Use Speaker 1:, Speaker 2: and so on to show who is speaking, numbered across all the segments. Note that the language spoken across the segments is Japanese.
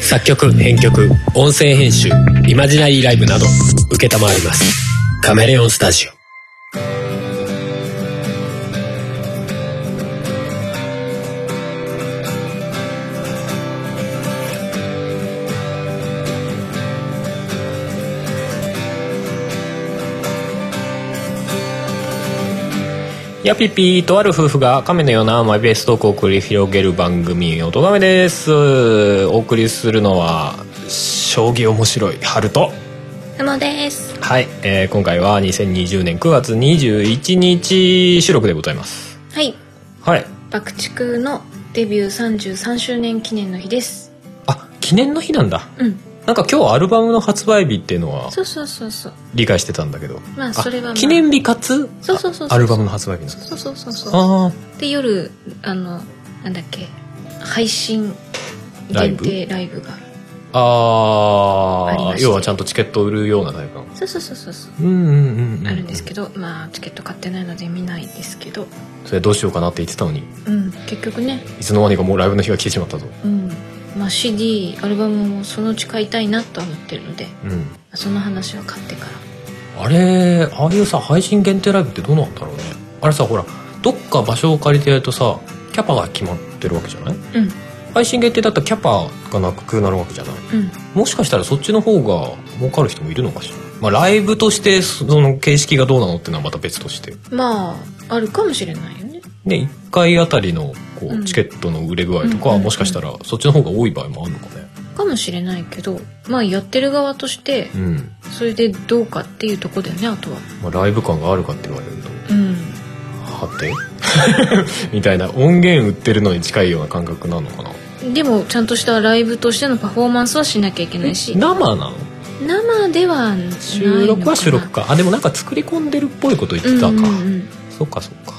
Speaker 1: 作曲編曲音声編集イマジナリーライブなど承りますカメレオンスタジオ
Speaker 2: やぴぴとある夫婦が亀のようなマイペーストークを繰り広げる番組「おとがめ」ですお送りするのは将棋面白い春と
Speaker 3: ふもです。
Speaker 2: はい、えー今回は2020年9月21日収録でございます
Speaker 3: はい。
Speaker 2: はい
Speaker 3: 爆竹のデビュー33周年記念の日です。
Speaker 2: あ記念の日なんだ
Speaker 3: うん。
Speaker 2: なんか今日アルバムの発売日っていうのは
Speaker 3: そうそうそうそう。
Speaker 2: 理解してたんだけど
Speaker 3: まあそれはまあ
Speaker 2: 記念日かつ
Speaker 3: そうそうそうそう
Speaker 2: あアルバムの発売日なんです
Speaker 3: そうそうそうそう。
Speaker 2: あ
Speaker 3: で、夜、あの、なんだっけ、配信
Speaker 2: ライ
Speaker 3: 限
Speaker 2: ブ
Speaker 3: 定ライブが。
Speaker 2: ーあ
Speaker 3: ありま
Speaker 2: ー
Speaker 3: して
Speaker 2: 要はちゃんとチケットを売るようなタイプの
Speaker 3: そうそうそうそうそう。
Speaker 2: うんうんうん、うん、
Speaker 3: あるんですけど、まあチケット買ってないので見ないですけど、
Speaker 2: それどうしようかなって言ってたのに
Speaker 3: うん、結局ね、
Speaker 2: いつの間にかもうライブの日が来てしまったぞ
Speaker 3: うん、まあ CD アルバムもそのうち買いたいなとは思ってるので、
Speaker 2: うん
Speaker 3: その話は買ってから。
Speaker 2: あれああいうさ配信限定ライブってどうなんだろうねあれさほらどっか場所を借りてやるとさキャパが決まってるわけじゃない
Speaker 3: うん、
Speaker 2: 配信限定だったらキャパがなくなるわけじゃない
Speaker 3: うん、
Speaker 2: もしかしたらそっちの方が儲かる人もいるのかしらまあライブとしてその形式がどうなのってのはまた別として
Speaker 3: まああるかもしれないよね。
Speaker 2: ね1回あたりのこう
Speaker 3: う
Speaker 2: んチケットの売れ具合とか
Speaker 3: うんうんう
Speaker 2: は
Speaker 3: ん
Speaker 2: もしかしたらそっちの方が多い場合もあるのかね
Speaker 3: かもしれないけどまあやってる側として
Speaker 2: うん、
Speaker 3: それでどうかっていうとこだよねあとは
Speaker 2: まあ、ライブ感があるかって言われると
Speaker 3: うん
Speaker 2: はて みたいな音源売ってるのに近いような感覚なのかな
Speaker 3: でもちゃんとしたライブとしてのパフォーマンスはしなきゃいけないし
Speaker 2: 生なの
Speaker 3: 生ではないのかな
Speaker 2: 収録は収録かあでもなんか作り込んでるっぽいこと言ってたか、
Speaker 3: うんうんうん
Speaker 2: そっかそっか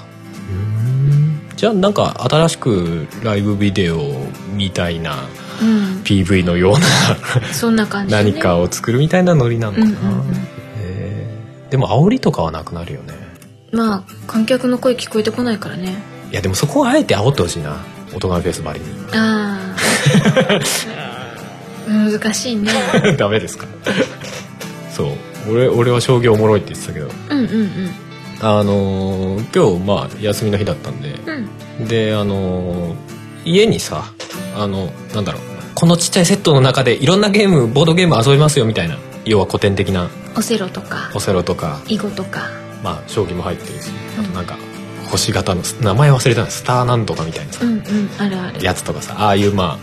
Speaker 2: うんじゃあなんか新しくライブビデオみたいな
Speaker 3: うん、
Speaker 2: PV のような
Speaker 3: そんな感じ、ね、
Speaker 2: 何かを作るみたいなノリなのかな、
Speaker 3: うんうんうん
Speaker 2: へえでも煽りとかはなくなるよね
Speaker 3: まあ観客の声聞こえてこないからね
Speaker 2: いやでもそこはあえて煽ってほしいな大人フェスばりに
Speaker 3: ああ難しいね
Speaker 2: ダメですか そう俺俺は将棋おもろいって言ってたけど
Speaker 3: うんうんうん
Speaker 2: あのー今日まあ休みの日だったんで
Speaker 3: うん
Speaker 2: であのー家にさあのなんだろうこのちっちゃいセットの中でいろんなゲームボードゲーム遊びますよみたいな要は古典的な
Speaker 3: オセロとか
Speaker 2: オセロとか
Speaker 3: 囲碁とか
Speaker 2: まあ将棋も入ってるしあと
Speaker 3: うん
Speaker 2: なんか星型の名前忘れたのスターなんとかみたいなさ
Speaker 3: うんうんあるある
Speaker 2: やつとかさああいうま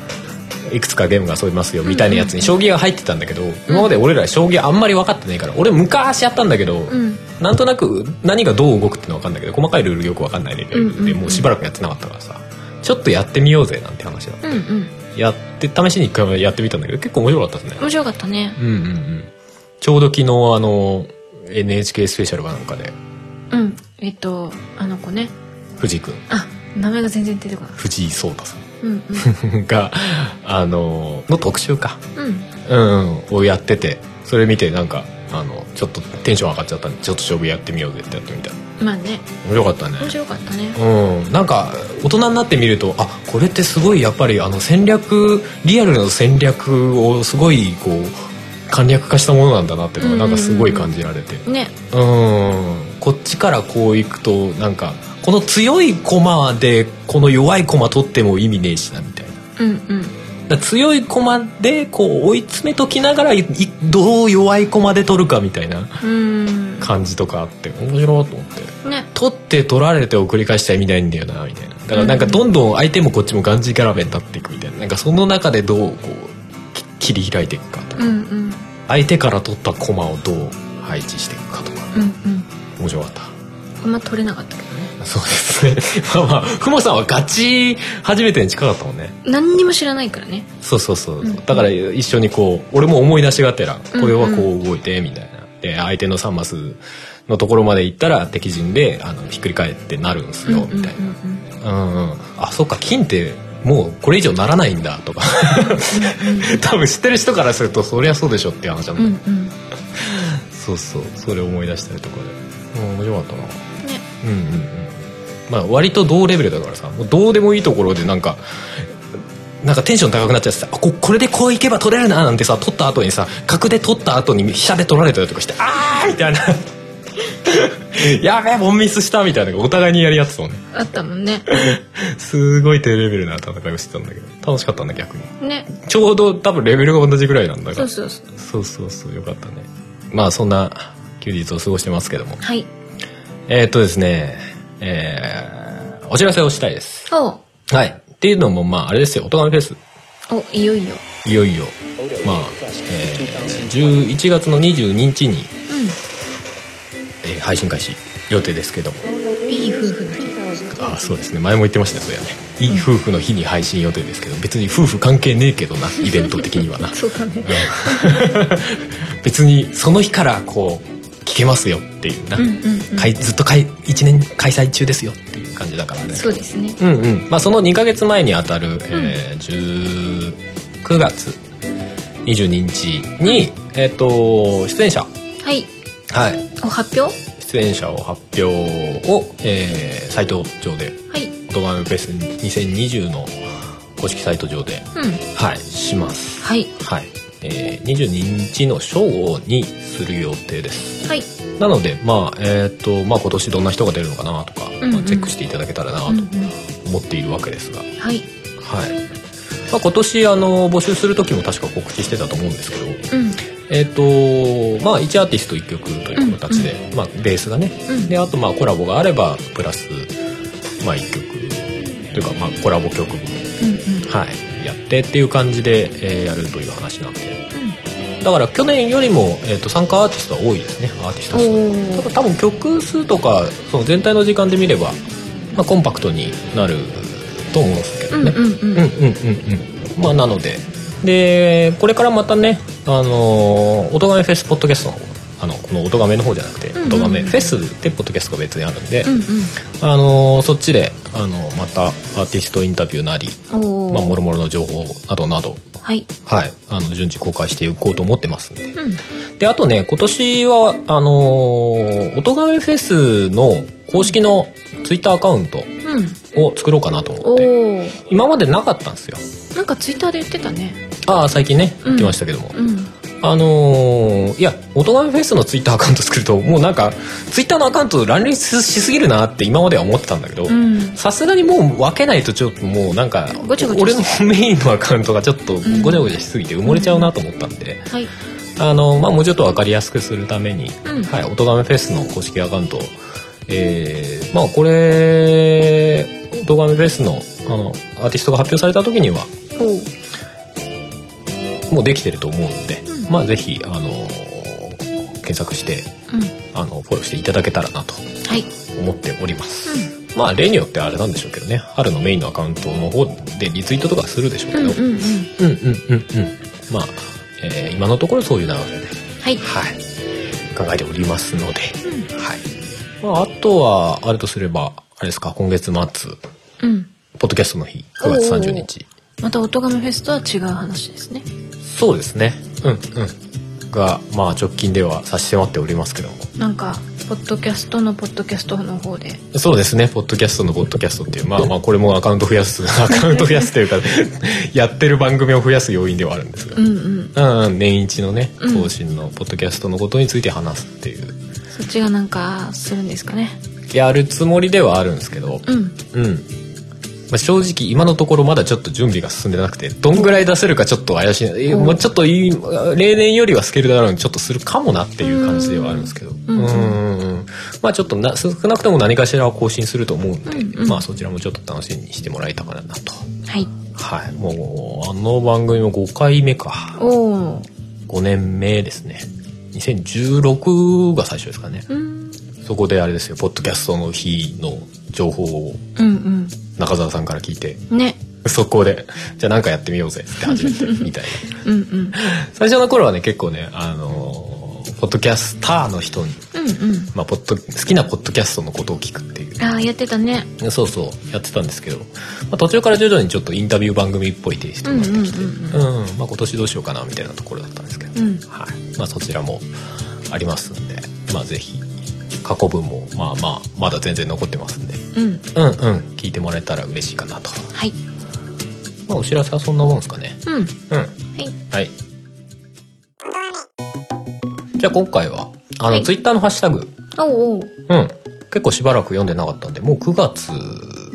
Speaker 2: あいくつかゲームが遊びますよみたいなやつに将棋が入ってたんだけど今まで俺ら将棋あんまり分かってないから俺昔やったんだけど、
Speaker 3: うん
Speaker 2: なんとなく何がどう動くってのは分かんないけど細かいルールよく分かんないレベ
Speaker 3: うんう
Speaker 2: ル
Speaker 3: ん
Speaker 2: で
Speaker 3: うん
Speaker 2: もうしばらくやってなかったからさちょっとやってみようぜなんて話だ
Speaker 3: うんうん
Speaker 2: やって試しに一回やってみたんだけど結構面白かったですね
Speaker 3: 面白かったね
Speaker 2: うんうんうんちょうど昨日あの NHK スペシャルかなんかで
Speaker 3: うんえっとあの子ね
Speaker 2: 藤井君
Speaker 3: あ名前が全然出てこない
Speaker 2: 藤井聡太さ
Speaker 3: うん
Speaker 2: ん があのの特集か
Speaker 3: うんうん
Speaker 2: うん、うん、をやっててそれ見てなんかあのちょっとテンション上がっちゃったんでちょっと勝負やってみようぜってやってみた
Speaker 3: まあね
Speaker 2: 面白かったね
Speaker 3: 面白かったね
Speaker 2: うん、なんか大人になってみるとあこれってすごいやっぱりあの戦略リアルの戦略をすごいこう簡略化したものなんだなっていうのがなんかすごい感じられて
Speaker 3: ね
Speaker 2: うんこっちからこういくとなんかこの強い駒でこの弱い駒取っても意味ねえしなみたいな。
Speaker 3: うんうん
Speaker 2: だから強い駒でこう追い詰めときながらいいどう弱い駒で取るかみたいな
Speaker 3: うーん
Speaker 2: 感じとかあって面白いと思って
Speaker 3: ね
Speaker 2: 取って取られてを繰り返したいみたいんだよなみたいなだからなんかどんどん相手もこっちもがんじがらめになっていくみたいななんかその中でどうこうき切り開いていくかと
Speaker 3: う
Speaker 2: か、
Speaker 3: んうん
Speaker 2: 相手から取った駒をどう配置していくかとか
Speaker 3: うんうん
Speaker 2: 面白かった
Speaker 3: あんま取れなかったけどね
Speaker 2: そうですね まあまあふもさんはガチ初めてに近かったもんね
Speaker 3: 何にも知らないからね
Speaker 2: そうそうそう、
Speaker 3: うん
Speaker 2: だから一緒にこう俺も思い出しがてら
Speaker 3: うん
Speaker 2: これはこう動いてみたいな、で相手の3マスのところまで行ったら敵陣であのひっくり返ってなるんです
Speaker 3: うん
Speaker 2: よ
Speaker 3: うんう
Speaker 2: み
Speaker 3: ん
Speaker 2: たいな、うんうん、あそっか金ってもうこれ以上ならないんだとか 多分知ってる人からするとそりゃそうでしょっていう話なんだ
Speaker 3: うんう
Speaker 2: け
Speaker 3: ん
Speaker 2: ど、
Speaker 3: うん
Speaker 2: そうそうそれ思い出したりとかでもう面白かったな
Speaker 3: ね
Speaker 2: うんうんうんまあ割と同レベルだからさもうどうでもいいところでなんかなんかテンション高くなっちゃってさあここれでこういけば取れるななんてさ取った後にさ角で取った後に飛車で取られたりとかしてあーみた いなやべえボンミスしたみたいなのがお互いにやり合ってたもんね
Speaker 3: あったもんね
Speaker 2: すごい低レベルな戦いをしてたんだけど楽しかったんだ逆に
Speaker 3: ね
Speaker 2: ちょうど多分レベルが同じぐらいなんだ
Speaker 3: そ
Speaker 2: が
Speaker 3: うそうそう
Speaker 2: そうそうそうよかったねまあそんな休日を過ごしてますけども
Speaker 3: はい
Speaker 2: えーっとですねえーお知らせをしたいです
Speaker 3: お
Speaker 2: はいっていうのもまああれですよ大人フェス
Speaker 3: おいよいよ
Speaker 2: いよいよまあ、えー11月の22日に、えー配信開始予定ですけども
Speaker 3: うんいい夫婦の日
Speaker 2: あそうですね前も言ってましたねそれはねいい夫婦の日に配信予定ですけど別に夫婦関係ねえけどなイベント的にはな
Speaker 3: そうだね
Speaker 2: 別にその日からこう聞けますよっていうな、
Speaker 3: うんうんうん
Speaker 2: かいずっとかい1年開催中ですよっていう感じだからね
Speaker 3: そうですね
Speaker 2: うんうんまあ、その2ヶ月前にあたる、えー19月22日に、えっと出演者、
Speaker 3: はい
Speaker 2: はい、
Speaker 3: お発表
Speaker 2: 出演者を発表を、えーサイト上で
Speaker 3: はい
Speaker 2: 「オトガメフェス2020」の公式サイト上で、
Speaker 3: うん
Speaker 2: はい、します、
Speaker 3: はい
Speaker 2: はいえー22日の正午にする予定です
Speaker 3: はい
Speaker 2: なので、まあえっとまあ、今年どんな人が出るのかなとか、
Speaker 3: うんうん
Speaker 2: まあチェックしていただけたらなと
Speaker 3: うんうん
Speaker 2: 思っているわけですが、
Speaker 3: はい
Speaker 2: はいまあ、今年あの募集する時も確か告知してたと思うんですけど、
Speaker 3: うん
Speaker 2: えっとまあ、1アーティスト1曲という形で、まあ、ベースがね、
Speaker 3: うん
Speaker 2: であとまあコラボがあればプラス、まあ、1曲というかまあコラボ曲も、
Speaker 3: うん
Speaker 2: はい、やってっていう感じで、えーやるという話なんで
Speaker 3: う
Speaker 2: だから去年よりも、えっと参加アーティストは多いですねアーティスト数
Speaker 3: んうんお
Speaker 2: ただ
Speaker 3: お
Speaker 2: 多分曲数とかその全体の時間で見れば、まあ、コンパクトになると思うんですけ
Speaker 3: う
Speaker 2: ど
Speaker 3: ん
Speaker 2: ね、
Speaker 3: うん
Speaker 2: うん
Speaker 3: う
Speaker 2: うんんうんうんまあなのででこれからまたねあのー「音亀フェスポッドキャスト」の方あのこの「音亀」の方じゃなくて
Speaker 3: んう
Speaker 2: 「
Speaker 3: ん
Speaker 2: 音亀フェス」でポッドキャストが別にあるんで、
Speaker 3: うん
Speaker 2: あのーそっちで、あのーまたアーティストインタビューなり、
Speaker 3: うんおお
Speaker 2: まあ、もろもろの情報などなど
Speaker 3: はい
Speaker 2: はいあの順次公開していこうと思ってますんで
Speaker 3: うん
Speaker 2: であとね今年はあのー「音亀フェス」の公式のツイッターアカウント
Speaker 3: うん
Speaker 2: を作ろうかなと思
Speaker 3: お
Speaker 2: って
Speaker 3: お
Speaker 2: 今までなかったんですよ
Speaker 3: なんかツイッターで言ってたね
Speaker 2: ああ最近ね
Speaker 3: うん
Speaker 2: 来ましたけども、
Speaker 3: うん
Speaker 2: あのーいや「オトガメフェス」のツイッターアカウント作るともうなんかツイッターのアカウント乱立しすぎるなって今までは思ってたんだけど
Speaker 3: うん
Speaker 2: さすがにもう分けないとちょっともうなんか
Speaker 3: ごちゃごちゃ
Speaker 2: 俺のメインのアカウントがちょっと
Speaker 3: ん
Speaker 2: ごちゃごちゃしすぎて埋もれちゃうなと思ったんで、
Speaker 3: はい
Speaker 2: あのまあ、もうちょっと分かりやすくするために「
Speaker 3: うん
Speaker 2: はい、オトガメフェス」の公式アカウントをえーまあこれ「オトガメフェスの」あのアーティストが発表された時には
Speaker 3: おお
Speaker 2: もうできてると思うので、
Speaker 3: うん
Speaker 2: まあぜひあのー検索して
Speaker 3: うん
Speaker 2: あのフォローしていただけたらなと
Speaker 3: はい
Speaker 2: 思っております、まあ例によってあれなんでしょうけどね春のメインのアカウントの方でリツイートとかするでしょうけ
Speaker 3: う
Speaker 2: ど、
Speaker 3: ん
Speaker 2: うん、
Speaker 3: う
Speaker 2: うんうんう
Speaker 3: んうん
Speaker 2: んまあ、えー今のところそういう流れで
Speaker 3: はい
Speaker 2: はい考えておりますので、
Speaker 3: うん
Speaker 2: はい、まあ、あとはあるとすればあれですか今月末
Speaker 3: うん
Speaker 2: ポッドキャストの日9月30日
Speaker 3: また「おとがめフェス」とは違う話ですね
Speaker 2: そうですねうんうんがまあ直近では差し迫っておりますけども
Speaker 3: なんかポッドキャストのポッドキャストの方で
Speaker 2: そうですねポッドキャストのポッドキャストっていうまあまあこれもアカウント増やす アカウント増やすというか やってる番組を増やす要因ではあるんですが、
Speaker 3: うんうん
Speaker 2: うんうん、年一のね
Speaker 3: うん
Speaker 2: 更新のポッドキャストのことについて話すっていう、
Speaker 3: そっちがなんかするんですかね
Speaker 2: やるつもりではあるんですけど
Speaker 3: うん
Speaker 2: うん、まあ、正直今のところまだちょっと準備が進んでなくてどんぐらい出せるかちょっと怪しいえ
Speaker 3: うん
Speaker 2: もうちょっといい例年よりはスケールダウンちょっとするかもなっていう感じではあるんですけどうん
Speaker 3: うん
Speaker 2: んうんまあちょっとな少なくとも何かしらを更新すると思うんで、
Speaker 3: うんうん
Speaker 2: まあそちらもちょっと楽しみにしてもらえたかなと
Speaker 3: はい
Speaker 2: はいもうあの番組も5回目か
Speaker 3: おお
Speaker 2: 5年目ですね2016が最初ですかね
Speaker 3: うん
Speaker 2: そこであれですよポッドキャストの日の情報を
Speaker 3: うん
Speaker 2: 中澤さんから聞いて
Speaker 3: うんね
Speaker 2: そこで、じゃあなんかやってみようぜって始めて、みたい な。
Speaker 3: うんうん
Speaker 2: 最初の頃はね、結構ね、あのーポッドキャスターの人に、
Speaker 3: うんうん
Speaker 2: まあ、ポッド、好きなポッドキャストのことを聞くっていう。
Speaker 3: ああやってたね
Speaker 2: そうそう、やってたんですけど、まあ、途中から徐々にちょっとインタビュー番組っぽいテイスト
Speaker 3: うん
Speaker 2: に
Speaker 3: う
Speaker 2: なっ
Speaker 3: ん
Speaker 2: て
Speaker 3: う
Speaker 2: き
Speaker 3: ん
Speaker 2: て、うん、まあ、今年どうしようかな、みたいなところだったんですけど、
Speaker 3: うん
Speaker 2: はい。まあ、そちらもありますんで、まあ、ぜひ、過去分も、まあまあ、まだ全然残ってますんで、
Speaker 3: うんう
Speaker 2: う
Speaker 3: ん
Speaker 2: んうん、聞いてもらえたら嬉しいかなと
Speaker 3: はい
Speaker 2: まあお知らせはそんなもんですかね
Speaker 3: うん
Speaker 2: うん
Speaker 3: はい
Speaker 2: はいじゃあ今回はあの、
Speaker 3: はい
Speaker 2: ツイッターのハッシュタグ
Speaker 3: おうおう
Speaker 2: うん結構しばらく読んでなかったんでもう9月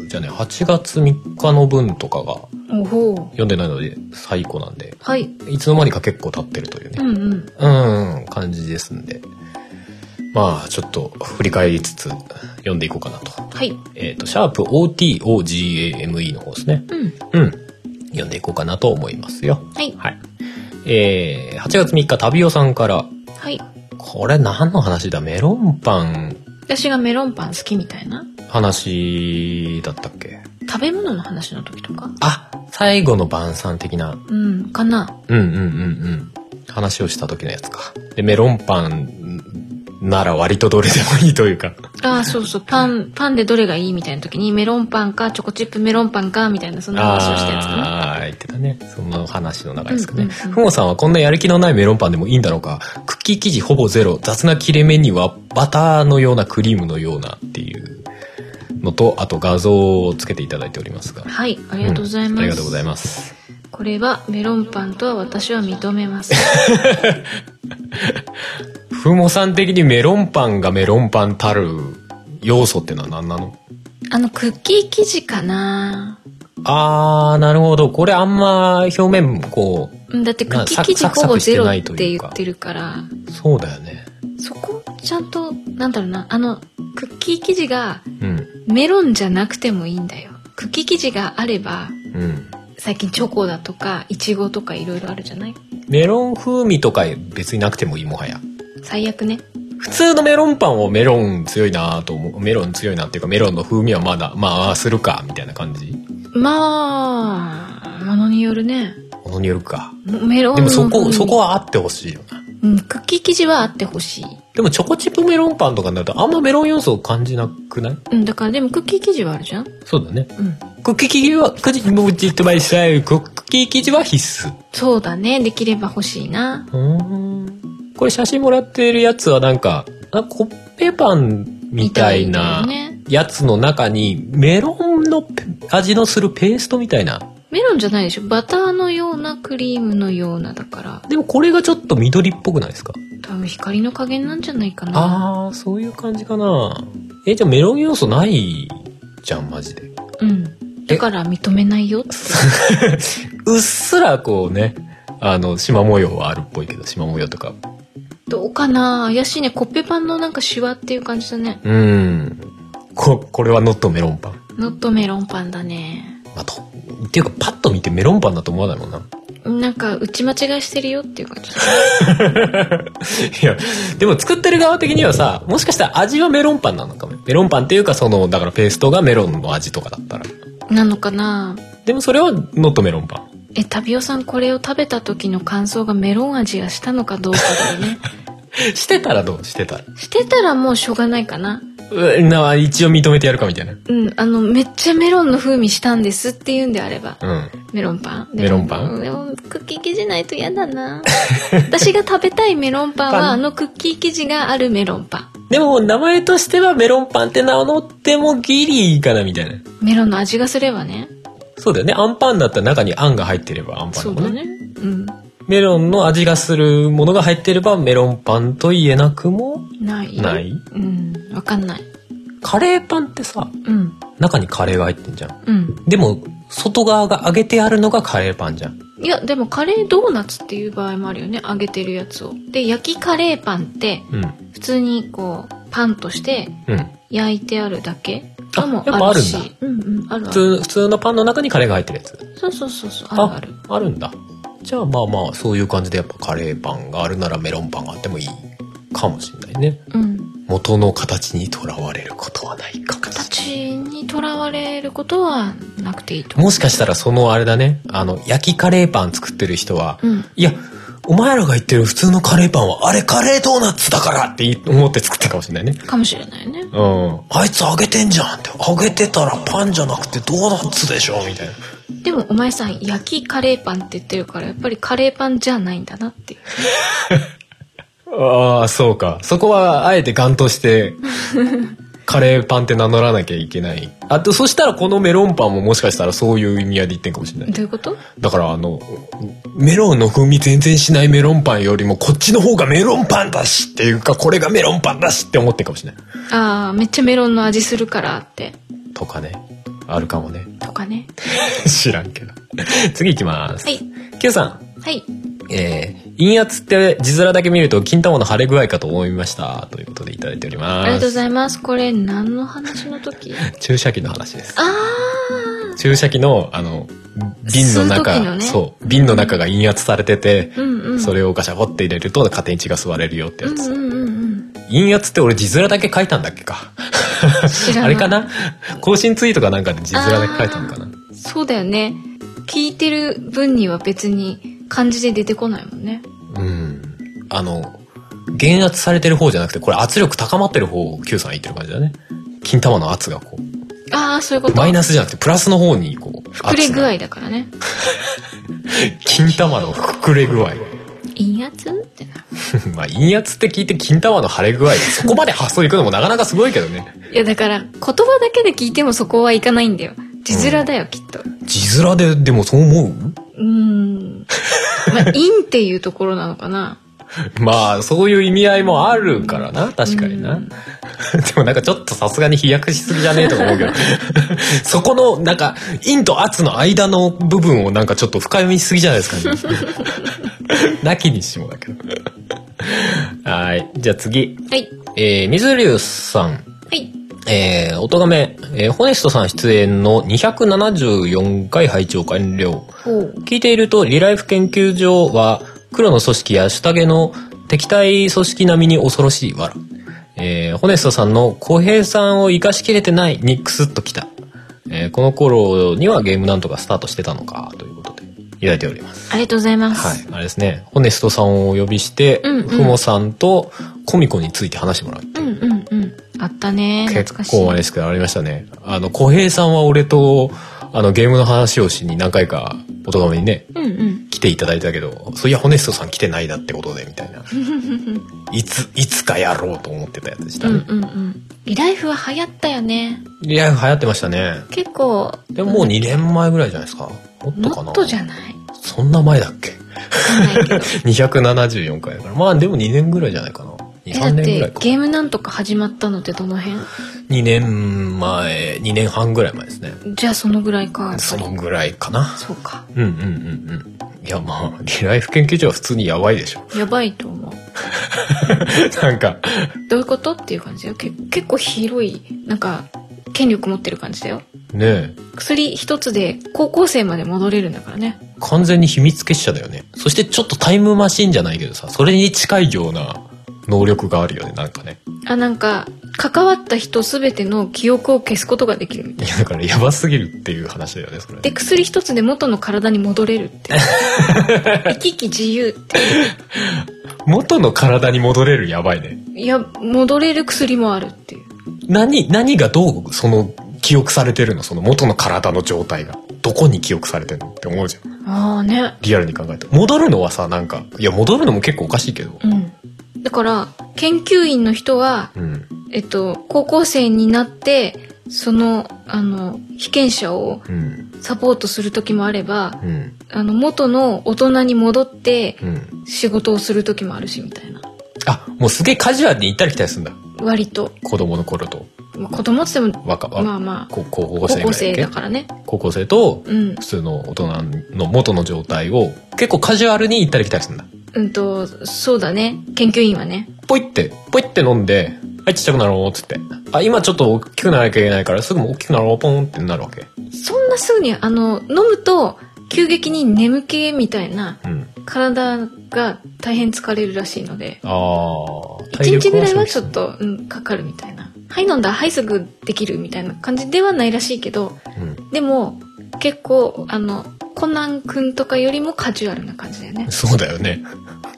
Speaker 2: じゃね8月3日の分とかが
Speaker 3: おほう
Speaker 2: 読んでないので最古なんで
Speaker 3: はい
Speaker 2: いつの間にか結構経ってるというね
Speaker 3: うんうん
Speaker 2: うん、感じですんで。まあ、ちょっと振り返りつつ読んでいこうかなと。
Speaker 3: はい
Speaker 2: えっ、と、シャープ OTOGAME の方ですね。
Speaker 3: うん
Speaker 2: うん。読んでいこうかなと思いますよ。
Speaker 3: はい
Speaker 2: はい。えー、8月3日、タビオさんから、
Speaker 3: はい
Speaker 2: これ何の話だメロンパン
Speaker 3: 私がメロンパン好きみたいな
Speaker 2: 話だったっけ
Speaker 3: 食べ物の話の時とか
Speaker 2: あ、最後の晩餐的な、
Speaker 3: うんかな
Speaker 2: うんうんうんうん。話をした時のやつか。で、メロンパンなら割とどれでもいいというか。
Speaker 3: あーそうそうパンパンでどれがいいみたいな時にメロンパンかチョコチップメロンパンかみたいなそんな話をしたやつかな
Speaker 2: ああー、言ってたね。その話の中ですかね。
Speaker 3: うんうんうん
Speaker 2: ふもさんはこんなやる気のないメロンパンでもいいんだろうか。クッキー生地ほぼゼロ、雑な切れ目にはバターのようなクリームのようなっていうのと、あと画像をつけていただいておりますが。あ
Speaker 3: はいありがとうございます、
Speaker 2: ありがとうございます。
Speaker 3: これはメロンパンとは私は認 めます
Speaker 2: ふもさん的にメロンパンがメロンパンたる要素ってのは何なの
Speaker 3: あのクッキー生地かな
Speaker 2: あー、なるほど。これあんま表面、こ
Speaker 3: うんだってクッキー生地
Speaker 2: まあサクサク
Speaker 3: ほぼゼロ
Speaker 2: サク
Speaker 3: っ
Speaker 2: してないとい
Speaker 3: て
Speaker 2: うか
Speaker 3: 言ってるから
Speaker 2: う、そうだよね。
Speaker 3: そこちゃんとなんだろうなあのクッキー生地が
Speaker 2: うん。
Speaker 3: メロンじゃなくてもいいんだよクッキー生地があれば
Speaker 2: うん。
Speaker 3: 最近チョコだとかイチゴとかいろいろあるじゃない
Speaker 2: メロン風味とか別になくてもいい、もはや。
Speaker 3: 最悪ね
Speaker 2: 普通のメロンパンをメロン強いなと思う。メロン強いなっていうか、メロンの風味はまだ、まあ、するか、みたいな感じ。
Speaker 3: まあものによるね
Speaker 2: ものによるか。
Speaker 3: メロン
Speaker 2: で
Speaker 3: の
Speaker 2: もそ
Speaker 3: 風
Speaker 2: こ、
Speaker 3: 味
Speaker 2: そこ、はあってほしいよな。
Speaker 3: うん、クッキー生地はあってほしい、
Speaker 2: でもチョコチップメロンパンとかになるとあんまメロン要素を感じなくない
Speaker 3: うん、だからでもクッキー生地はあるじゃん
Speaker 2: そうだね。
Speaker 3: うん
Speaker 2: クッキー生地は、クッキーもうちょっと前にしたいクッキー生地は必須。
Speaker 3: そうだねできれば欲しいな
Speaker 2: うーん。これ写真もらってるやつはなんか、あコッペパンみたいな
Speaker 3: みたいだよね
Speaker 2: やつの中にメロンのペ味のするペーストみたいな。
Speaker 3: メロンじゃないでしょバターのようなクリームのようなだから
Speaker 2: でもこれがちょっと緑っぽくないですか
Speaker 3: 多分光の加減なんじゃないかな
Speaker 2: ああ、そういう感じかな。え、じゃあメロン要素ないじゃん、マジで。
Speaker 3: うんだから認めないよって
Speaker 2: うっすらこうね、あの、縞模様はあるっぽいけど、縞模様とか。
Speaker 3: どうかな怪しいねコッペパンのなんかシワっていう感じだね
Speaker 2: うん。こ、これはノットメロンパン。
Speaker 3: ノットメロンパンだね
Speaker 2: まあ、と、っていうかパッと見てメロンパンだと思わないもんな。
Speaker 3: なんか打ち間違いしてるよっていう感じ
Speaker 2: いや、でも作ってる側的にはさ、もしかしたら味はメロンパンなのかも。メロンパンっていうかその、だからペーストがメロンの味とかだったら。
Speaker 3: なのかな
Speaker 2: でもそれはノットメロンパン。
Speaker 3: えタビオさんこれを食べた時の感想がメロン味がしたのかどうかだよね
Speaker 2: してたらどうしてたら。
Speaker 3: してたらもうしょうがないかな
Speaker 2: うんな一応認めてやるかみたいな。
Speaker 3: うんあのめっちゃメロンの風味したんですっていうんであれば
Speaker 2: うん。
Speaker 3: メロンパン
Speaker 2: メロンパン
Speaker 3: でもクッキー生地ないと嫌だな私が食べたいメロンパン
Speaker 2: パン
Speaker 3: はあのクッキー生地があるメロンパン
Speaker 2: でも、名前としてはメロンパンって名乗ってもギリいいかなみたいな。
Speaker 3: メロンの味がすればね
Speaker 2: そうだよね。アンパンだったら中にあんが入ってればアンパン
Speaker 3: そ
Speaker 2: だ
Speaker 3: う
Speaker 2: もん
Speaker 3: だ
Speaker 2: ね。
Speaker 3: ねうん
Speaker 2: メロンの味がするものが入ってればメロンパンと言えなくも
Speaker 3: ない
Speaker 2: ない。
Speaker 3: うんわかんない
Speaker 2: カレーパンってさ、
Speaker 3: うん
Speaker 2: 中にカレーが入ってんじゃん。
Speaker 3: うん
Speaker 2: でも、外側が揚げてあるのがカレーパンじゃん。
Speaker 3: いやでもカレードーナツっていう場合もあるよね揚げてるやつをで焼きカレーパンって
Speaker 2: うん。
Speaker 3: 普通にこうパンとして
Speaker 2: うん。
Speaker 3: 焼いてあるだけ
Speaker 2: あ
Speaker 3: のも
Speaker 2: やっぱ
Speaker 3: あ
Speaker 2: あ
Speaker 3: る
Speaker 2: るん
Speaker 3: し
Speaker 2: だ
Speaker 3: うんうんあ
Speaker 2: 普
Speaker 3: るある
Speaker 2: 通、普通のパンの中にカレーが入ってるやつ。
Speaker 3: そうそうそうそうあるある
Speaker 2: あ、あるんだ。じゃあまあまあ、そういう感じでやっぱカレーパンがあるならメロンパンがあってもいいかもしれないね。
Speaker 3: うん
Speaker 2: 元の形にとらわれることはないかもしれない
Speaker 3: 形にとらわれることはなくていいと思
Speaker 2: もしかしたらそのあれだね、あの、焼きカレーパン作ってる人は、
Speaker 3: ううん
Speaker 2: いや、お前らが言ってる普通のカレーパンは、あれカレードーナツだからって思って作ったかもしれないね。
Speaker 3: かもしれないね
Speaker 2: うん。あいつ揚げてんじゃんって。揚げてたらパンじゃなくてドーナツでしょみたいな。
Speaker 3: でもお前さん焼きカレーパンって言ってるからやっぱりカレーパンじゃないんだな っていう
Speaker 2: ああ、そうか。そこはあえてガンとして、カレーパンって名乗らなきゃいけない。あと、そしたらこのメロンパンももしかしたらそういう意味合いで言ってんかもしれない。
Speaker 3: どういうこと
Speaker 2: だからあの、メロンの風味全然しないメロンパンよりも、こっちの方がメロンパンだしっていうか、これがメロンパンだしって思ってんかもしれない。
Speaker 3: ああ、めっちゃメロンの味するからって。
Speaker 2: とかね。あるかもね。
Speaker 3: とかね。
Speaker 2: 知らんけど。次行きます。
Speaker 3: はい。
Speaker 2: Q さん。
Speaker 3: はい。
Speaker 2: えー、陰圧って字面だけ見ると金玉の腫れ具合かと思いました。ということでいただいております。
Speaker 3: ありがとうございます。これ何の話の時あ
Speaker 2: 注射器の話です。
Speaker 3: あ
Speaker 2: 注射器の、あの、瓶の
Speaker 3: 吸う
Speaker 2: 中、
Speaker 3: 時のね
Speaker 2: そう、瓶の中が陰圧されてて、
Speaker 3: うんうん。
Speaker 2: それをガシャゴって入れると勝手に血が吸われるよって
Speaker 3: う
Speaker 2: や
Speaker 3: ん
Speaker 2: つ。
Speaker 3: うんうん
Speaker 2: 陰圧って俺字面だけ書いたんだっけか。
Speaker 3: うん。知らない。
Speaker 2: あれかな更新ツイートかなんかで字面だけ書いたのかな。
Speaker 3: そうだよね。聞いてる分には別に漢字で出てこないもんね。
Speaker 2: うん。あの、減圧されてる方じゃなくて、これ圧力高まってる方を Q さん言ってる感じだね。金玉の圧がこう、
Speaker 3: ああ、そういうこと。
Speaker 2: マイナスじゃなくてプラスの方にこう、
Speaker 3: 膨れ具
Speaker 2: 圧
Speaker 3: 合だからね。
Speaker 2: が。金玉の膨れ具合。
Speaker 3: 陰圧ってな。
Speaker 2: まあ、陰圧って聞いて金玉の腫れ具合。そこまで発想いくのもなかなかすごいけどね。
Speaker 3: いやだから言葉だけで聞いてもそこはいかないんだよ。字面だよ、きっと。う
Speaker 2: 字面で、でもそう思う
Speaker 3: ーん。まあ、陰っていうところなのかな。
Speaker 2: まあ、そういう意味合いもあるからな。確かにな。
Speaker 3: う
Speaker 2: でもなんかちょっとさすがに飛躍しすぎじゃねえとか思うけど。 そこの、なんか、陰と圧の間の部分をなんかちょっと深読みしすぎじゃないですかね。 なきにしもだけど。はい。じゃあ次。
Speaker 3: はい。
Speaker 2: えー、水流さん。
Speaker 3: はい。
Speaker 2: えー、おとがめ、えー、ホネストさん出演の274回拝聴完了。
Speaker 3: おう。
Speaker 2: 聞いていると、リライフ研究所は、黒の組織やシュタゲの敵対組織並みに恐ろしいわら。えー、ホネストさんの公平さんを生かしきれてないにクスッときた。えー、この頃にはゲームなんとかスタートしてたのか、ということで、いただいております。
Speaker 3: ありがとうございます。
Speaker 2: はい。あれですね、ホネストさんをお呼びして、
Speaker 3: うんうん
Speaker 2: ふもさんとコミコについて話してもらうっていう
Speaker 3: うんうんうん。あったね。懐か
Speaker 2: 結
Speaker 3: しい。
Speaker 2: 構あれですけどありましたねあの小平さんは俺とあのゲームの話をしに何回かおとがめにね
Speaker 3: うんうん。
Speaker 2: 来ていただいたけどそういやホネストさん来てないなってことでみたい ないついつかやろうと思ってたやつでし
Speaker 3: う
Speaker 2: た
Speaker 3: ん
Speaker 2: ね、
Speaker 3: うんうん。リライフは流行ったよね。
Speaker 2: いや流行ってましたね
Speaker 3: 結構、
Speaker 2: でももう2年前ぐらいじゃないですかもっとか
Speaker 3: も
Speaker 2: な
Speaker 3: っとじゃ ない。わ
Speaker 2: そんな前だっけ
Speaker 3: かんないけど。
Speaker 2: 274回だからまあでも2年ぐらいじゃないかな
Speaker 3: え、
Speaker 2: 23
Speaker 3: だっ
Speaker 2: 年ぐらい
Speaker 3: て
Speaker 2: か
Speaker 3: ゲームなんとか始まったのってどの辺
Speaker 2: 2年前2年半ぐらい前ですね
Speaker 3: じゃあそのぐらいか。
Speaker 2: そのぐらいかな
Speaker 3: そうか。
Speaker 2: うんうんうんうん。いやまあ、リライフ研究所は普通にやばいでしょ。
Speaker 3: やばいと思う。
Speaker 2: なんか、
Speaker 3: どういうことっていう感じだよけ結構広いなんか権力持ってる感じだよ
Speaker 2: ねえ、
Speaker 3: 薬一つで高校生まで戻れるんだからね
Speaker 2: 完全に秘密結社だよね。そしてちょっとタイムマシンじゃないけどさ、それに近いような能力があるよね、なんかね。
Speaker 3: あなんか関わった人全ての記憶を消すことができるみたい
Speaker 2: いや、だからやばすぎるっていう話だよね、それ。
Speaker 3: で薬一つで元の体に戻れるって 生き生き自由って
Speaker 2: 元の体に戻れるやばいね。
Speaker 3: いや戻れる薬もあるっていう
Speaker 2: 何、何がどう、その、記憶されてるのその元の体の状態が。どこに記憶されてるのって思うじゃん。
Speaker 3: ああね
Speaker 2: リアルに考えて。戻るのはさ、なんか、いや、戻るのも結構おかしいけど。
Speaker 3: うんだから研究員の人は
Speaker 2: うん。
Speaker 3: えっと高校生になってそのあの被験者を
Speaker 2: うん。
Speaker 3: サポートする時もあれば
Speaker 2: うん。
Speaker 3: あの元の大人に戻って
Speaker 2: うん。
Speaker 3: 仕事をする時もあるしみたいな
Speaker 2: あ、もうすげえカジュアルに行ったり来たりするんだ。
Speaker 3: 割と、
Speaker 2: 子供の頃と
Speaker 3: まあ、子供っつっても
Speaker 2: 若、
Speaker 3: ま
Speaker 2: わ
Speaker 3: あまあ
Speaker 2: こ高校
Speaker 3: 高
Speaker 2: 生ぐらいだ
Speaker 3: 校
Speaker 2: っ
Speaker 3: 生
Speaker 2: け
Speaker 3: だからね
Speaker 2: 高校生と
Speaker 3: うん
Speaker 2: 普通の大人の元の状態を結構カジュアルに行ったり来たりするんだ。
Speaker 3: うんとそうだね研究員はね
Speaker 2: ポイって、ポイって飲んで、はい、ちっちゃくなろうっつって。あ、今ちょっと大きくならなきゃいけないからすぐもう大きくなろう、ポンってなるわけ。
Speaker 3: そんなすぐにあの飲むと急激に眠気みたいな
Speaker 2: うん。
Speaker 3: 体が大変疲れるらしいので
Speaker 2: あー体
Speaker 3: 1
Speaker 2: 力
Speaker 3: 日ぐらいはちょ
Speaker 2: 消
Speaker 3: っ
Speaker 2: 費
Speaker 3: と、うん、かかるみたいな「はい飲んだはいすぐできる」みたいな感じではないらしいけど
Speaker 2: するの。
Speaker 3: でも結構あのコナン君とかよりもカジュアルな感じだよね
Speaker 2: うん。そうだよね。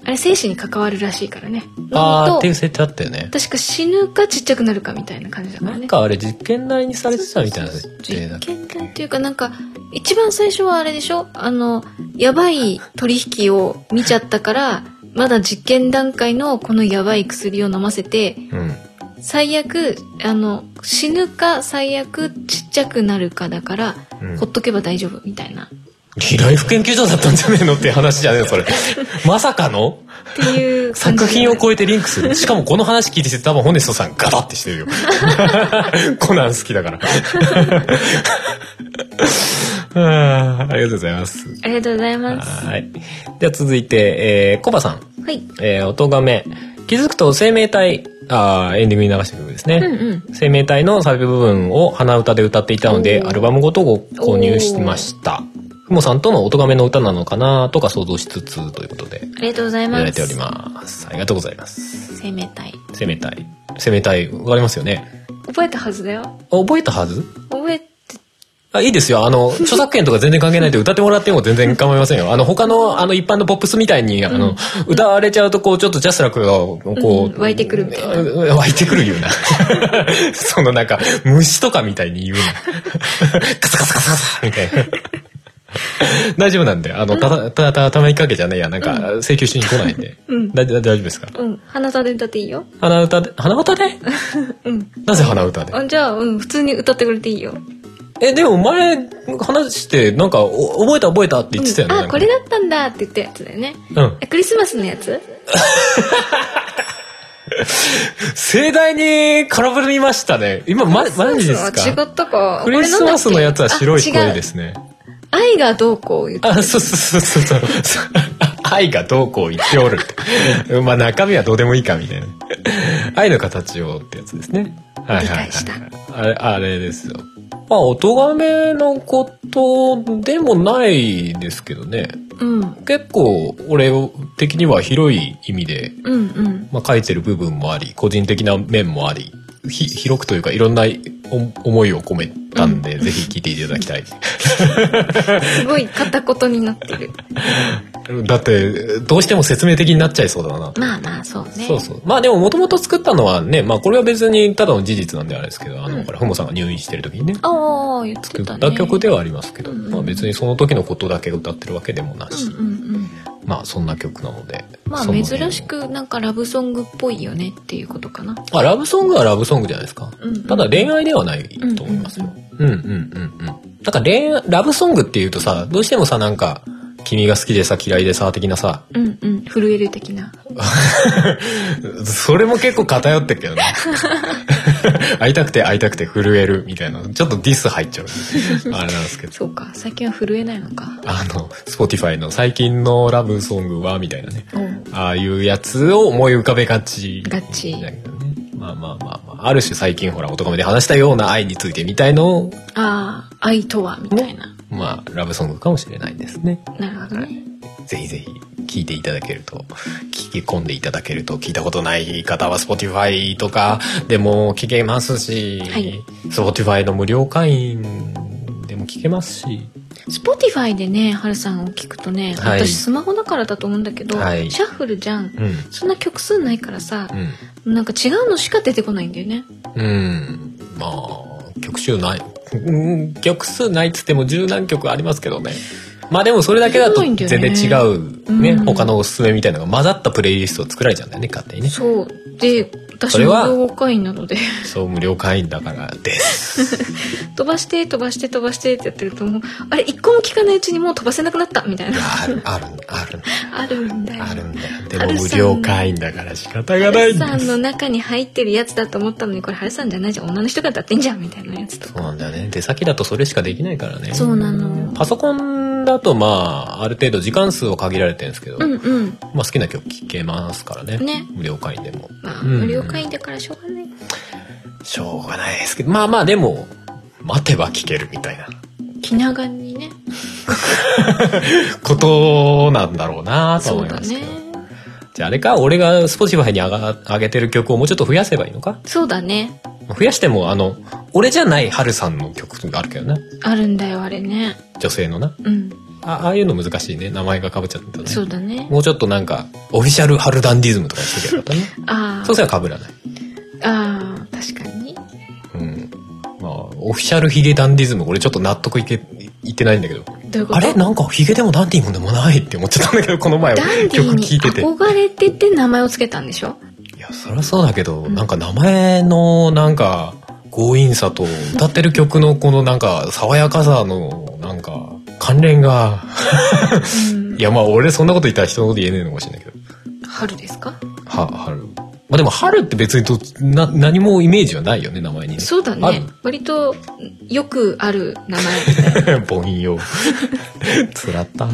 Speaker 3: あれ生死に関わるらしいからね飲む
Speaker 2: あー
Speaker 3: と
Speaker 2: っていう設定あったよね。
Speaker 3: 確か死ぬかちっちゃくなるかみたいな感じだから
Speaker 2: な
Speaker 3: ね
Speaker 2: んかあれ実験台にされてたみたいな設定だ
Speaker 3: 実験台っていうかなんか一番最初はあれでしょあのやばい取引を見ちゃったからまだ実験段階のこのやばい薬を飲ませて
Speaker 2: うん。
Speaker 3: 最悪あの死ぬか最悪ちっちゃくなるかだから、
Speaker 2: うん
Speaker 3: ほっとけば大丈夫みたいな
Speaker 2: 未来福研究所だったんじゃねえのって話じゃねえの それまさかの
Speaker 3: っていう感じ
Speaker 2: 作品を超えてリンクするしかもこの話聞いてて多分ホネストさんガタってしてるよ コナン好きだから あーありがとうございます
Speaker 3: ありがとうございます
Speaker 2: はいでは続いて、えー、コバさん
Speaker 3: はい
Speaker 2: えー、音がめ気づくと生命体あーエンディングに流した曲ですね、
Speaker 3: うんうん
Speaker 2: 生命体のサビ部分を鼻歌で歌っていたので
Speaker 3: おー
Speaker 2: アルバムごとご購入しましたふもさんとの音がめの歌なのかなとか想像しつつということでい
Speaker 3: ありがとうござい
Speaker 2: た
Speaker 3: ま
Speaker 2: だ
Speaker 3: す
Speaker 2: いておりますありがとうございます
Speaker 3: 生命体
Speaker 2: 生命体生命体わかりますよね
Speaker 3: 覚えたはずだよ
Speaker 2: あ覚えたはず
Speaker 3: 覚えて
Speaker 2: あいいですよ。あ の、著作権とか全然関係ないんで歌ってもらっても全然構いませんよ。あの、他の、あの、一般のポップスみたいに、あの、歌われちゃうと、こう、ちょっとジャスラックが、こ
Speaker 3: うん
Speaker 2: う、
Speaker 3: 湧いてくるみたいな
Speaker 2: な。湧いてくる言うな。 そのなんか、虫とかみたいに言うな。 カサカサカサカサみたいな。 大丈夫なんで、あの、た、た、た、たまにかけじゃないや、なんか、請求しに来ないんで。
Speaker 3: うん
Speaker 2: だだ大丈夫ですか
Speaker 3: うん鼻歌で歌っていいよ
Speaker 2: 鼻歌で、鼻歌で
Speaker 3: うん
Speaker 2: なぜ鼻歌で
Speaker 3: あじゃあうん普通に歌ってくれていいよ
Speaker 2: え、でも前、話して、なんか、お覚えた覚えたって言ってたよね。
Speaker 3: うん
Speaker 2: な
Speaker 3: あ
Speaker 2: んか
Speaker 3: これだったんだって言ったやつだよね
Speaker 2: うん。
Speaker 3: えクリスマスのやつ
Speaker 2: 盛大に空振りましたね。今、ま、マジです
Speaker 3: クリスマ
Speaker 2: か
Speaker 3: スは違ったか
Speaker 2: クリスマスのやつは白い
Speaker 3: これな
Speaker 2: 声
Speaker 3: んだ
Speaker 2: で
Speaker 3: っけ
Speaker 2: すね。
Speaker 3: あ違う愛がどうこう言って
Speaker 2: あ、そうそうそうそうそう。愛がどうこう言っておるって。まあ中身はどうでもいいかみたいな。愛の形をってやつですね。はいはい、は
Speaker 3: 理解
Speaker 2: い
Speaker 3: した。
Speaker 2: あれ、あれですよ。まあ、音がめのことでもないですけどね。
Speaker 3: うん
Speaker 2: 結構、俺的には広い意味で
Speaker 3: うんうん
Speaker 2: まあ、書いてる部分もあり個人的な面もありひ広くというかいろんなお思いを込めたんで、ぜひ聞いていただきたい
Speaker 3: すごい片言になって る
Speaker 2: だってどうしても説明的になっちゃいそうだな、
Speaker 3: まあまあそうね
Speaker 2: そうそうまあでももともと作ったのはね、まあ、これは別にただの事実なんであれですけどあの、
Speaker 3: うん
Speaker 2: ほらふもさんが入院してる時にね
Speaker 3: ああ言って
Speaker 2: 作った
Speaker 3: ね
Speaker 2: た曲ではありますけど、
Speaker 3: うんうん
Speaker 2: まあ、別にその時のことだけ歌ってるわけでもな
Speaker 3: う
Speaker 2: し、
Speaker 3: んうんうん
Speaker 2: まあそんな曲なので
Speaker 3: まあ
Speaker 2: その
Speaker 3: 珍しくなんかラブソングっぽいよねっていうことかな
Speaker 2: あラブソングはラブソングじゃないですか
Speaker 3: うんうん
Speaker 2: ただ恋愛ではないと思いますよ。うんうんうんうん。なんか恋愛、ラブソングっていうとさ、どうしてもさ、なんか、君が好きでさ、嫌いでさ、的なさ、
Speaker 3: うんうん震える的な
Speaker 2: それも結構偏ってるけど ね。会いたくて会いたくて震えるみたいな、ちょっとディス入っちゃう。あれなんですけど。
Speaker 3: そうか最近は震えないのか
Speaker 2: あの、Spotify の最近のラブソングは、みたいなね。
Speaker 3: おう
Speaker 2: ああいうやつを思い浮かべがち。
Speaker 3: がち
Speaker 2: だけどね。まあまあまあまあ、ある種最近ほら、男目で話したような愛についてみたいのを
Speaker 3: ああ愛とはみたいな
Speaker 2: まあ、ラブソングかもしれないですね。
Speaker 3: なるほどね
Speaker 2: ぜひぜひ聞いていただけると、聞き込んでいただけると、聞いたことない方は Spotify とかでも聞けますし、
Speaker 3: はい、
Speaker 2: Spotify の無料会員でも聞けますし、
Speaker 3: Spotify でねはるさんを聞くとね、
Speaker 2: はい
Speaker 3: 私スマホだからだと思うんだけど、
Speaker 2: はい
Speaker 3: シャッフルじゃん
Speaker 2: うん、
Speaker 3: そんな曲数ないからさ、
Speaker 2: うん、
Speaker 3: なんか違うのしか出てこないんだよね
Speaker 2: うん、まあ、曲数ない、うん、曲数ないっつっても十何曲ありますけどね。まあでもそれだけだと全然違うね、
Speaker 3: うん
Speaker 2: 他のおすすめみたいなのが混ざったプレイリストを作られちゃうんだよね、勝手にね。
Speaker 3: そうで私
Speaker 2: それは
Speaker 3: の動画会員なので
Speaker 2: そう、無料会員だからです。
Speaker 3: 飛ばして飛ばして飛ばしてってやってるともうあれ一個も聞かないうちにもう飛ばせなくなったみたいな
Speaker 2: ある、ある、ある、
Speaker 3: あるんだよ
Speaker 2: あるんだよ。で
Speaker 3: あ
Speaker 2: も
Speaker 3: る
Speaker 2: 無料会員だから仕方が
Speaker 3: ハ
Speaker 2: ない
Speaker 3: ル
Speaker 2: ん
Speaker 3: さ
Speaker 2: だ。
Speaker 3: んの中に入ってるやつだと思ったのにこれハルさんじゃないじゃん女の人が歌ってんじゃんみたいなやつと
Speaker 2: そう
Speaker 3: か
Speaker 2: なんだよね。出先だとそれしかできないからね。
Speaker 3: そうなの
Speaker 2: パソコンだとまあ、ある程度時間数は限られてるんですけど、
Speaker 3: うんうん
Speaker 2: まあ好きな曲聴けますからね。
Speaker 3: ね
Speaker 2: 無料会員でも。
Speaker 3: まあ、
Speaker 2: うん
Speaker 3: 無料会員だからしょうがない
Speaker 2: しょうがないですけど、まあまあでも、待てば聴けるみたいな
Speaker 3: 気長にね
Speaker 2: ことなんだろうなと
Speaker 3: そ
Speaker 2: 思
Speaker 3: う
Speaker 2: い
Speaker 3: だ
Speaker 2: ますけ
Speaker 3: ね
Speaker 2: ど。じゃああれか、俺が Spotify に上が上げてる曲をもうちょっと増やせばいいのか
Speaker 3: そうだね
Speaker 2: 増やしても、あの、俺じゃない春さんの曲があるけどね。
Speaker 3: あるんだよあれね
Speaker 2: 女性のな。
Speaker 3: うん
Speaker 2: あああいうの難しいね名前がかぶっちゃったね
Speaker 3: そうだね
Speaker 2: もうちょっとなんかオフィシャルハルダンディズムとかにしときゃよかったね
Speaker 3: あ
Speaker 2: そう
Speaker 3: ー
Speaker 2: すればかぶらない
Speaker 3: あー確かに
Speaker 2: うんまあオフィシャルヒゲダンディズム俺ちょっと納得いけいってないんだけど
Speaker 3: どういうこと
Speaker 2: あれなんかヒゲでもダンディムでもないって思っちゃったんだけどこの前
Speaker 3: ダンディー
Speaker 2: 曲
Speaker 3: に
Speaker 2: 聴いてて
Speaker 3: 憧れてて名前をつけたんでしょ
Speaker 2: いややそりゃそうだけど、なんか名前のなんか強引さと歌ってる曲のこのなんか爽やかさのなんか関連が
Speaker 3: う ん
Speaker 2: いやまあ俺そんなこと言ったら人のこと言えねえのかもしれないけど
Speaker 3: 春ですか
Speaker 2: は春まあでも春って別にとな何もイメージはないよね名前にね
Speaker 3: そうだ
Speaker 2: あ
Speaker 3: ね割とよくある名前みた いな
Speaker 2: 凡庸つらった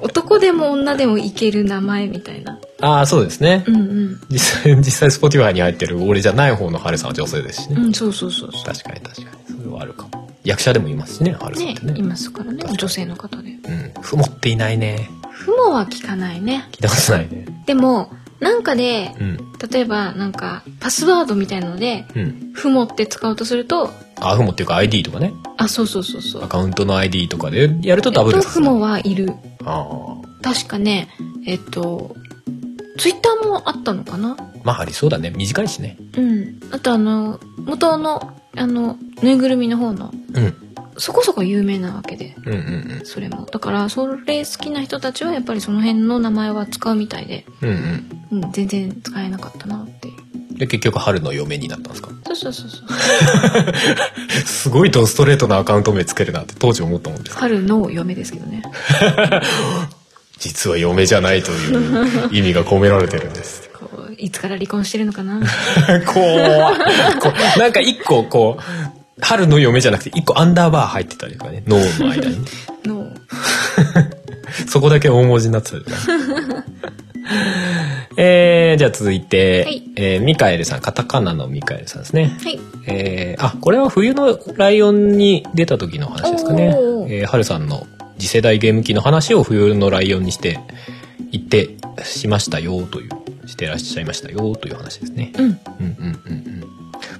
Speaker 3: 男でも女でもいける名前みたいな
Speaker 2: ああそうですね、
Speaker 3: うんうん
Speaker 2: 実際実際 Spotify に入ってる俺じゃない方の春さんは女性ですしね、
Speaker 3: うんそうそうそうそ
Speaker 2: 確かに確かにそれはあるかも役者でもいますしね春
Speaker 3: う
Speaker 2: さんっ
Speaker 3: ね
Speaker 2: てね
Speaker 3: いますからね女性の方で
Speaker 2: うんふもっていないね
Speaker 3: 不毛は聞かないね
Speaker 2: 聞いたことないね
Speaker 3: でもなんかで
Speaker 2: うん
Speaker 3: 例えばなんかパスワードみたいので
Speaker 2: うん
Speaker 3: 「ふも」って使おうとすると
Speaker 2: あふもっていうか ID とかね
Speaker 3: あそうそうそうそう
Speaker 2: アカウントの ID とかでやるとダブ
Speaker 3: え
Speaker 2: ル
Speaker 3: っと、ふもはいる
Speaker 2: ああ
Speaker 3: 確かねえっとツイッターもあったのかな
Speaker 2: まあありそうだね短いしね
Speaker 3: うんあとあの元のあのぬいぐるみの方の
Speaker 2: うん
Speaker 3: そこそこ有名なわけで
Speaker 2: うんうんうん
Speaker 3: それもだからそれ好きな人たちはやっぱりその辺の名前は使うみたいで、
Speaker 2: うんうん
Speaker 3: うん、全然使えなかったなっていう
Speaker 2: で結局春の嫁になったんですか
Speaker 3: そうそうそうそう
Speaker 2: すごいドストレートなアカウント名つけるなって当時思ったもんです
Speaker 3: 春の嫁ですけどね
Speaker 2: 実は嫁じゃないと いう意味が込められてるんです
Speaker 3: こういつから離婚してるの かな
Speaker 2: 怖っこうなんか一個こう春の嫁じゃなくて一個アンダーバー入ってたりとかね脳の間 に
Speaker 3: の
Speaker 2: そこだけ大文字になってたじゃん。 えー、じゃあ続いて、
Speaker 3: はい
Speaker 2: えーミカエルさん、カタカナのミカエルさんですね。
Speaker 3: はい
Speaker 2: えー、あ、これは冬のライオンに出た時の話ですかね
Speaker 3: お。ー
Speaker 2: えー、ハルさんの次世代ゲーム機の話を冬のライオンにして、行ってしましたよという、してらっしゃいましたよという話ですね。
Speaker 3: うん
Speaker 2: うんうんうんうん。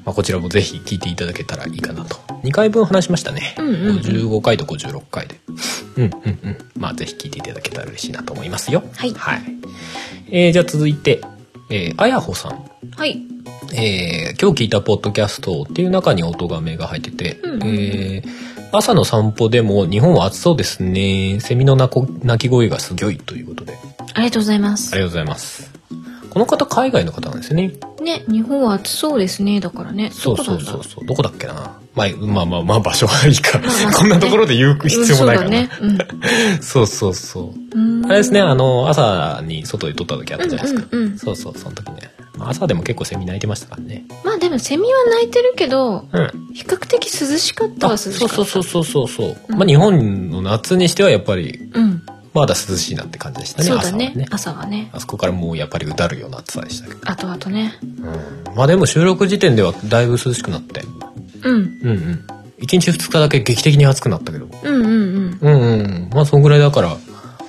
Speaker 2: まあ、こちらもぜひ聞いていただけたらいいかなと。2回分話しましたね。
Speaker 3: うんうんうん
Speaker 2: 55回と56回で。うんうんうん。まあ、ぜひ聞いていただけたら嬉しいなと思いますよ。
Speaker 3: はい
Speaker 2: えーじゃあ続いて、えー、あやほさん。
Speaker 3: はい
Speaker 2: えー今日聞いたポッドキャストっていう中に音が目が入ってて、
Speaker 3: うん
Speaker 2: えー朝の散歩でも日本は暑そうですね。セミの鳴こ鳴き声がすごいということで。あ
Speaker 3: ありがとうございます
Speaker 2: りがとうございます。この方海外の方なんですよね。
Speaker 3: ね、日本は暑そうですね。だからね。
Speaker 2: そう
Speaker 3: どこ
Speaker 2: そ
Speaker 3: な
Speaker 2: うん
Speaker 3: だ
Speaker 2: そうそう。どこだっけな。まあ、まあまあまあ場所はいい か。
Speaker 3: まあまあ
Speaker 2: こんなところで言う必要もないから、
Speaker 3: うんそうだね。
Speaker 2: そうそうそう。
Speaker 3: うん。うーん
Speaker 2: あれですね、あの、朝に外で撮った時あったじゃないですか。
Speaker 3: うんうんうん
Speaker 2: そうそう、その時ね。まあ朝でも結構セミ鳴いてましたからね。
Speaker 3: まあでもセミは鳴いてるけど、
Speaker 2: うん。
Speaker 3: 比較的涼しかったは
Speaker 2: あ
Speaker 3: 涼
Speaker 2: そ
Speaker 3: し
Speaker 2: う
Speaker 3: かった。
Speaker 2: そうそうそうそうそう、
Speaker 3: うん
Speaker 2: まあ日本の夏にしてはやっぱり
Speaker 3: うん。
Speaker 2: まだ涼しいなって感じでしたね
Speaker 3: そうだ
Speaker 2: 朝
Speaker 3: ね
Speaker 2: はね。
Speaker 3: 朝はね。
Speaker 2: あそこからもうやっぱりうだるような暑さでしたけど、
Speaker 3: あとあとね。
Speaker 2: うん、まあでも収録時点ではだいぶ涼しくなって
Speaker 3: うん。
Speaker 2: うんうん1日2日だけ劇的に暑くなったけど
Speaker 3: うんうんうん。
Speaker 2: うんうんまあそんぐらいだから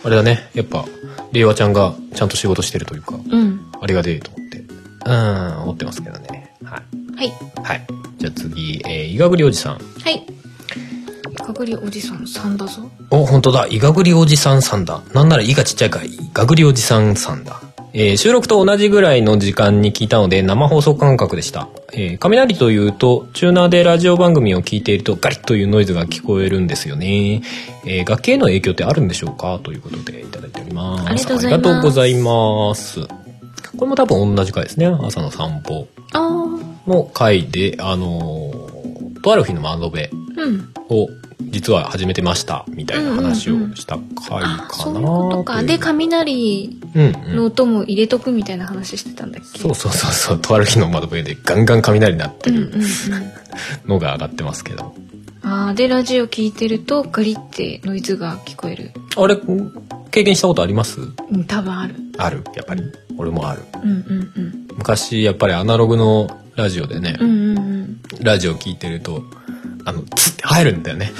Speaker 2: あれだねやっぱ令和ちゃんがちゃんと仕事してるというか
Speaker 3: うん。
Speaker 2: ありがてえと思ってうん思ってますけどねはい、
Speaker 3: はい。
Speaker 2: はい、じゃあ次、えー、伊賀栗おじさん
Speaker 3: はい。かぐりおじさんさんだぞ。
Speaker 2: お、本当だ。イガグリおじさんさんだ。なんならイがちっちゃいから、イガグリおじさんさんだ。えー収録と同じぐらいの時間に聞いたので、生放送感覚でした。えー雷というと、チューナーでラジオ番組を聞いていると、ガリッというノイズが聞こえるんですよね。えー楽器への影響ってあるんでしょうかということで、いただいております。
Speaker 3: ありがとうござ
Speaker 2: あ
Speaker 3: います
Speaker 2: りがとうございます。これも多分同じ回ですね。朝の散歩
Speaker 3: ああ。
Speaker 2: の回で、あのーとある日の窓辺
Speaker 3: うん。
Speaker 2: を実は始めてましたみたいな話をした回か
Speaker 3: あ
Speaker 2: な
Speaker 3: ーそういうことか。
Speaker 2: とい
Speaker 3: で、
Speaker 2: う
Speaker 3: 雷
Speaker 2: うんう
Speaker 3: の
Speaker 2: ん
Speaker 3: 音も入れとくみたいな話してたんだっけ
Speaker 2: そうそうそうそうとある日の窓辺でガンガン雷鳴って
Speaker 3: うん
Speaker 2: る
Speaker 3: うんうん。
Speaker 2: のが上がってますけど、
Speaker 3: ああ、で、ラジオ聞いてると、ガリってノイズが聞こえる。
Speaker 2: あれ経験したことあります
Speaker 3: うん、多分ある。
Speaker 2: あるやっぱり俺もある
Speaker 3: うんうんうん。
Speaker 2: 昔やっぱりアナログのラジオでね、
Speaker 3: うんうんうん。
Speaker 2: ラジオ聞いてるとあのツッて入るんだよね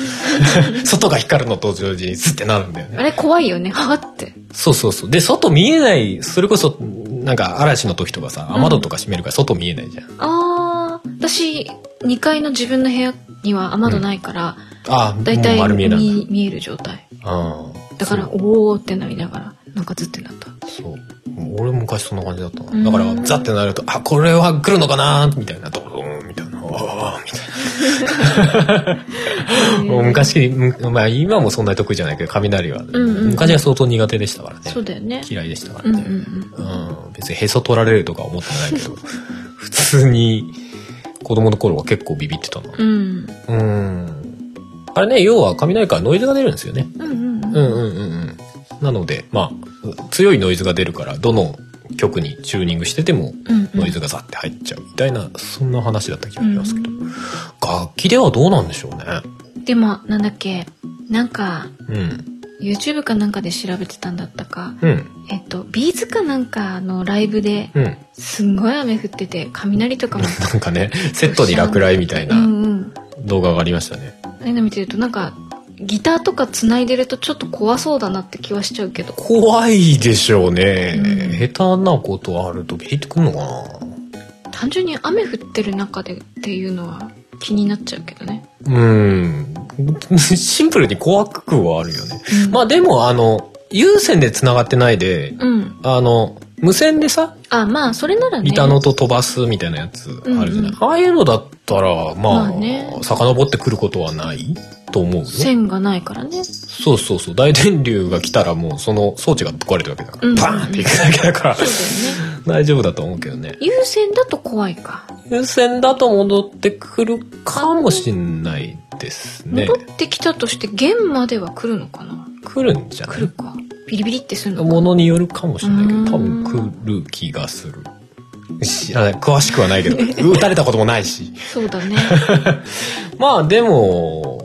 Speaker 2: 外が光るのと同時にツッてなるんだよね
Speaker 3: あれ怖いよね。 はぁって。
Speaker 2: そうそうそう。で、外見えない、それこそ、なんか嵐の時とかさ、雨戸とか閉めるから外見えないじゃん。
Speaker 3: あー、私、2階の自分の部屋には雨戸ないから、
Speaker 2: ああ、
Speaker 3: だいた
Speaker 2: もう
Speaker 3: い
Speaker 2: 丸見えなんだ。
Speaker 3: 見見える状態。
Speaker 2: ああ
Speaker 3: だから、おーってなりながら、なんかずってなった。
Speaker 2: そう。俺も昔そんな感じだった
Speaker 3: うん
Speaker 2: な。だから、ザってなると、あ、これは来るのかなみたいな、ドローンみたいな、おーみたいもう 昔、むまあ今もそんなに得意じゃないけど、雷は。
Speaker 3: んうん
Speaker 2: 昔は相当苦手でしたからね。
Speaker 3: そうだよね
Speaker 2: 嫌いでしたか
Speaker 3: う
Speaker 2: ら
Speaker 3: んう
Speaker 2: ね。
Speaker 3: ん
Speaker 2: うん別にへそ取られるとかは思ってない けど、普通に子供の頃は結構ビビってたな。
Speaker 3: うんうん
Speaker 2: うん。あれね、要は雷からノイズが出るんですよね。
Speaker 3: うんうん
Speaker 2: うんうんうん
Speaker 3: うん
Speaker 2: うん。なので、まあ、強いノイズが出るから、どの曲にチューニングしてても、
Speaker 3: うんうん
Speaker 2: ノイズがザッて入っちゃうみたいな、そんな話だった気がしますけど。楽器ではどうなんでしょうね。
Speaker 3: でもなんだっけなんか
Speaker 2: うん。
Speaker 3: YouTube かなんかで調べてたんだったか
Speaker 2: うん。
Speaker 3: えっとビーズかなんかのライブで
Speaker 2: うん。な
Speaker 3: すんごい雨降ってて雷とかも
Speaker 2: んかね、セットに落雷みたい
Speaker 3: うん
Speaker 2: な
Speaker 3: うん
Speaker 2: 動画がありましたね。
Speaker 3: ああいうの見てるとなんかギターとか繋いでるとちょっと怖そうだなって気はしちゃうけど
Speaker 2: 怖いでしょうね。
Speaker 3: うん
Speaker 2: 下手なことあるとビリってくんのかな
Speaker 3: 単純に雨降ってる中でっていうのは気になっちゃうけどね、
Speaker 2: うん。シンプルに怖くはあるよね。
Speaker 3: うん、
Speaker 2: まあでも、あの、有線で繋がってないで、
Speaker 3: うん
Speaker 2: あの、無線でさ、
Speaker 3: あまあそれならね
Speaker 2: ギターの音飛ばすみたいなやつあるじゃない、
Speaker 3: うんう
Speaker 2: ああいうのだったら、まあ、
Speaker 3: まあね
Speaker 2: 遡ってくることはないと思うよ。
Speaker 3: 線がないからね
Speaker 2: そうそうそう。大電流が来たらもうその装置がぶっ壊れてるわけだから、
Speaker 3: うん
Speaker 2: バーンっていくだけだ から
Speaker 3: そ、うだよね
Speaker 2: 大丈夫だと思うけどね。
Speaker 3: 有線だと怖いか
Speaker 2: 有線だと戻ってくるかもしんないですね
Speaker 3: 戻。ってきたとして弦までは来るのかな
Speaker 2: 来るんじゃない
Speaker 3: 来るかビリビリってするのか
Speaker 2: ものによるかもしれないけど、多
Speaker 3: う
Speaker 2: 分
Speaker 3: ん
Speaker 2: 来る気がする。知らない。詳しくは ないけど、打たれたこともないし。
Speaker 3: そうだ ね
Speaker 2: まあでも、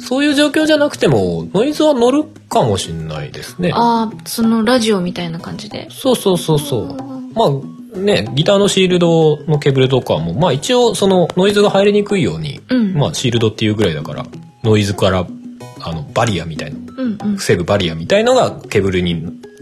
Speaker 2: そういう状況じゃなくても、ノイズは乗るかもしれないですね。
Speaker 3: ああそのラジオみたいな感じで
Speaker 2: そうそうそうそう。
Speaker 3: ん
Speaker 2: まあね、ギターのシールドのケーブルとかも、まあ一応そのノイズが入りにくいように、
Speaker 3: うん
Speaker 2: まあシールドっていうぐらいだから、ノイズから、あの、バリアみたいな、
Speaker 3: うんうん
Speaker 2: 防ぐバリアみたいのがケーブルに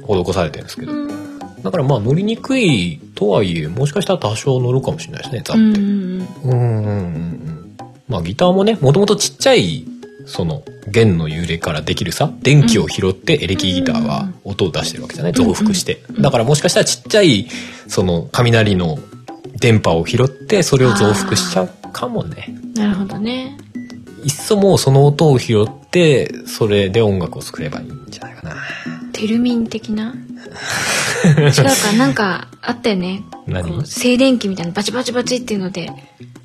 Speaker 2: 施されてるんですけど
Speaker 3: う、ん
Speaker 2: だからまあ乗りにくいとはいえ、もしかしたら多少乗るかもしれないですね、ザ
Speaker 3: う
Speaker 2: ッ
Speaker 3: んうん
Speaker 2: うんうんうんうん。まあギターもね、もともとちっちゃい、その弦の揺れからできるさ、電気を拾ってエレキギターは音を出してるわけじゃない、増幅して。だからもしかしたらちっちゃい、その雷の電波を拾って、それを増幅しちゃうかもね。
Speaker 3: うんなるほどね
Speaker 2: いっそもうその音を拾って、それで音楽を作ればいいんじゃないかな。
Speaker 3: テルミン的な違うかなんかあったよね
Speaker 2: 何
Speaker 3: こう静電気みたいなバチバチバチっていうので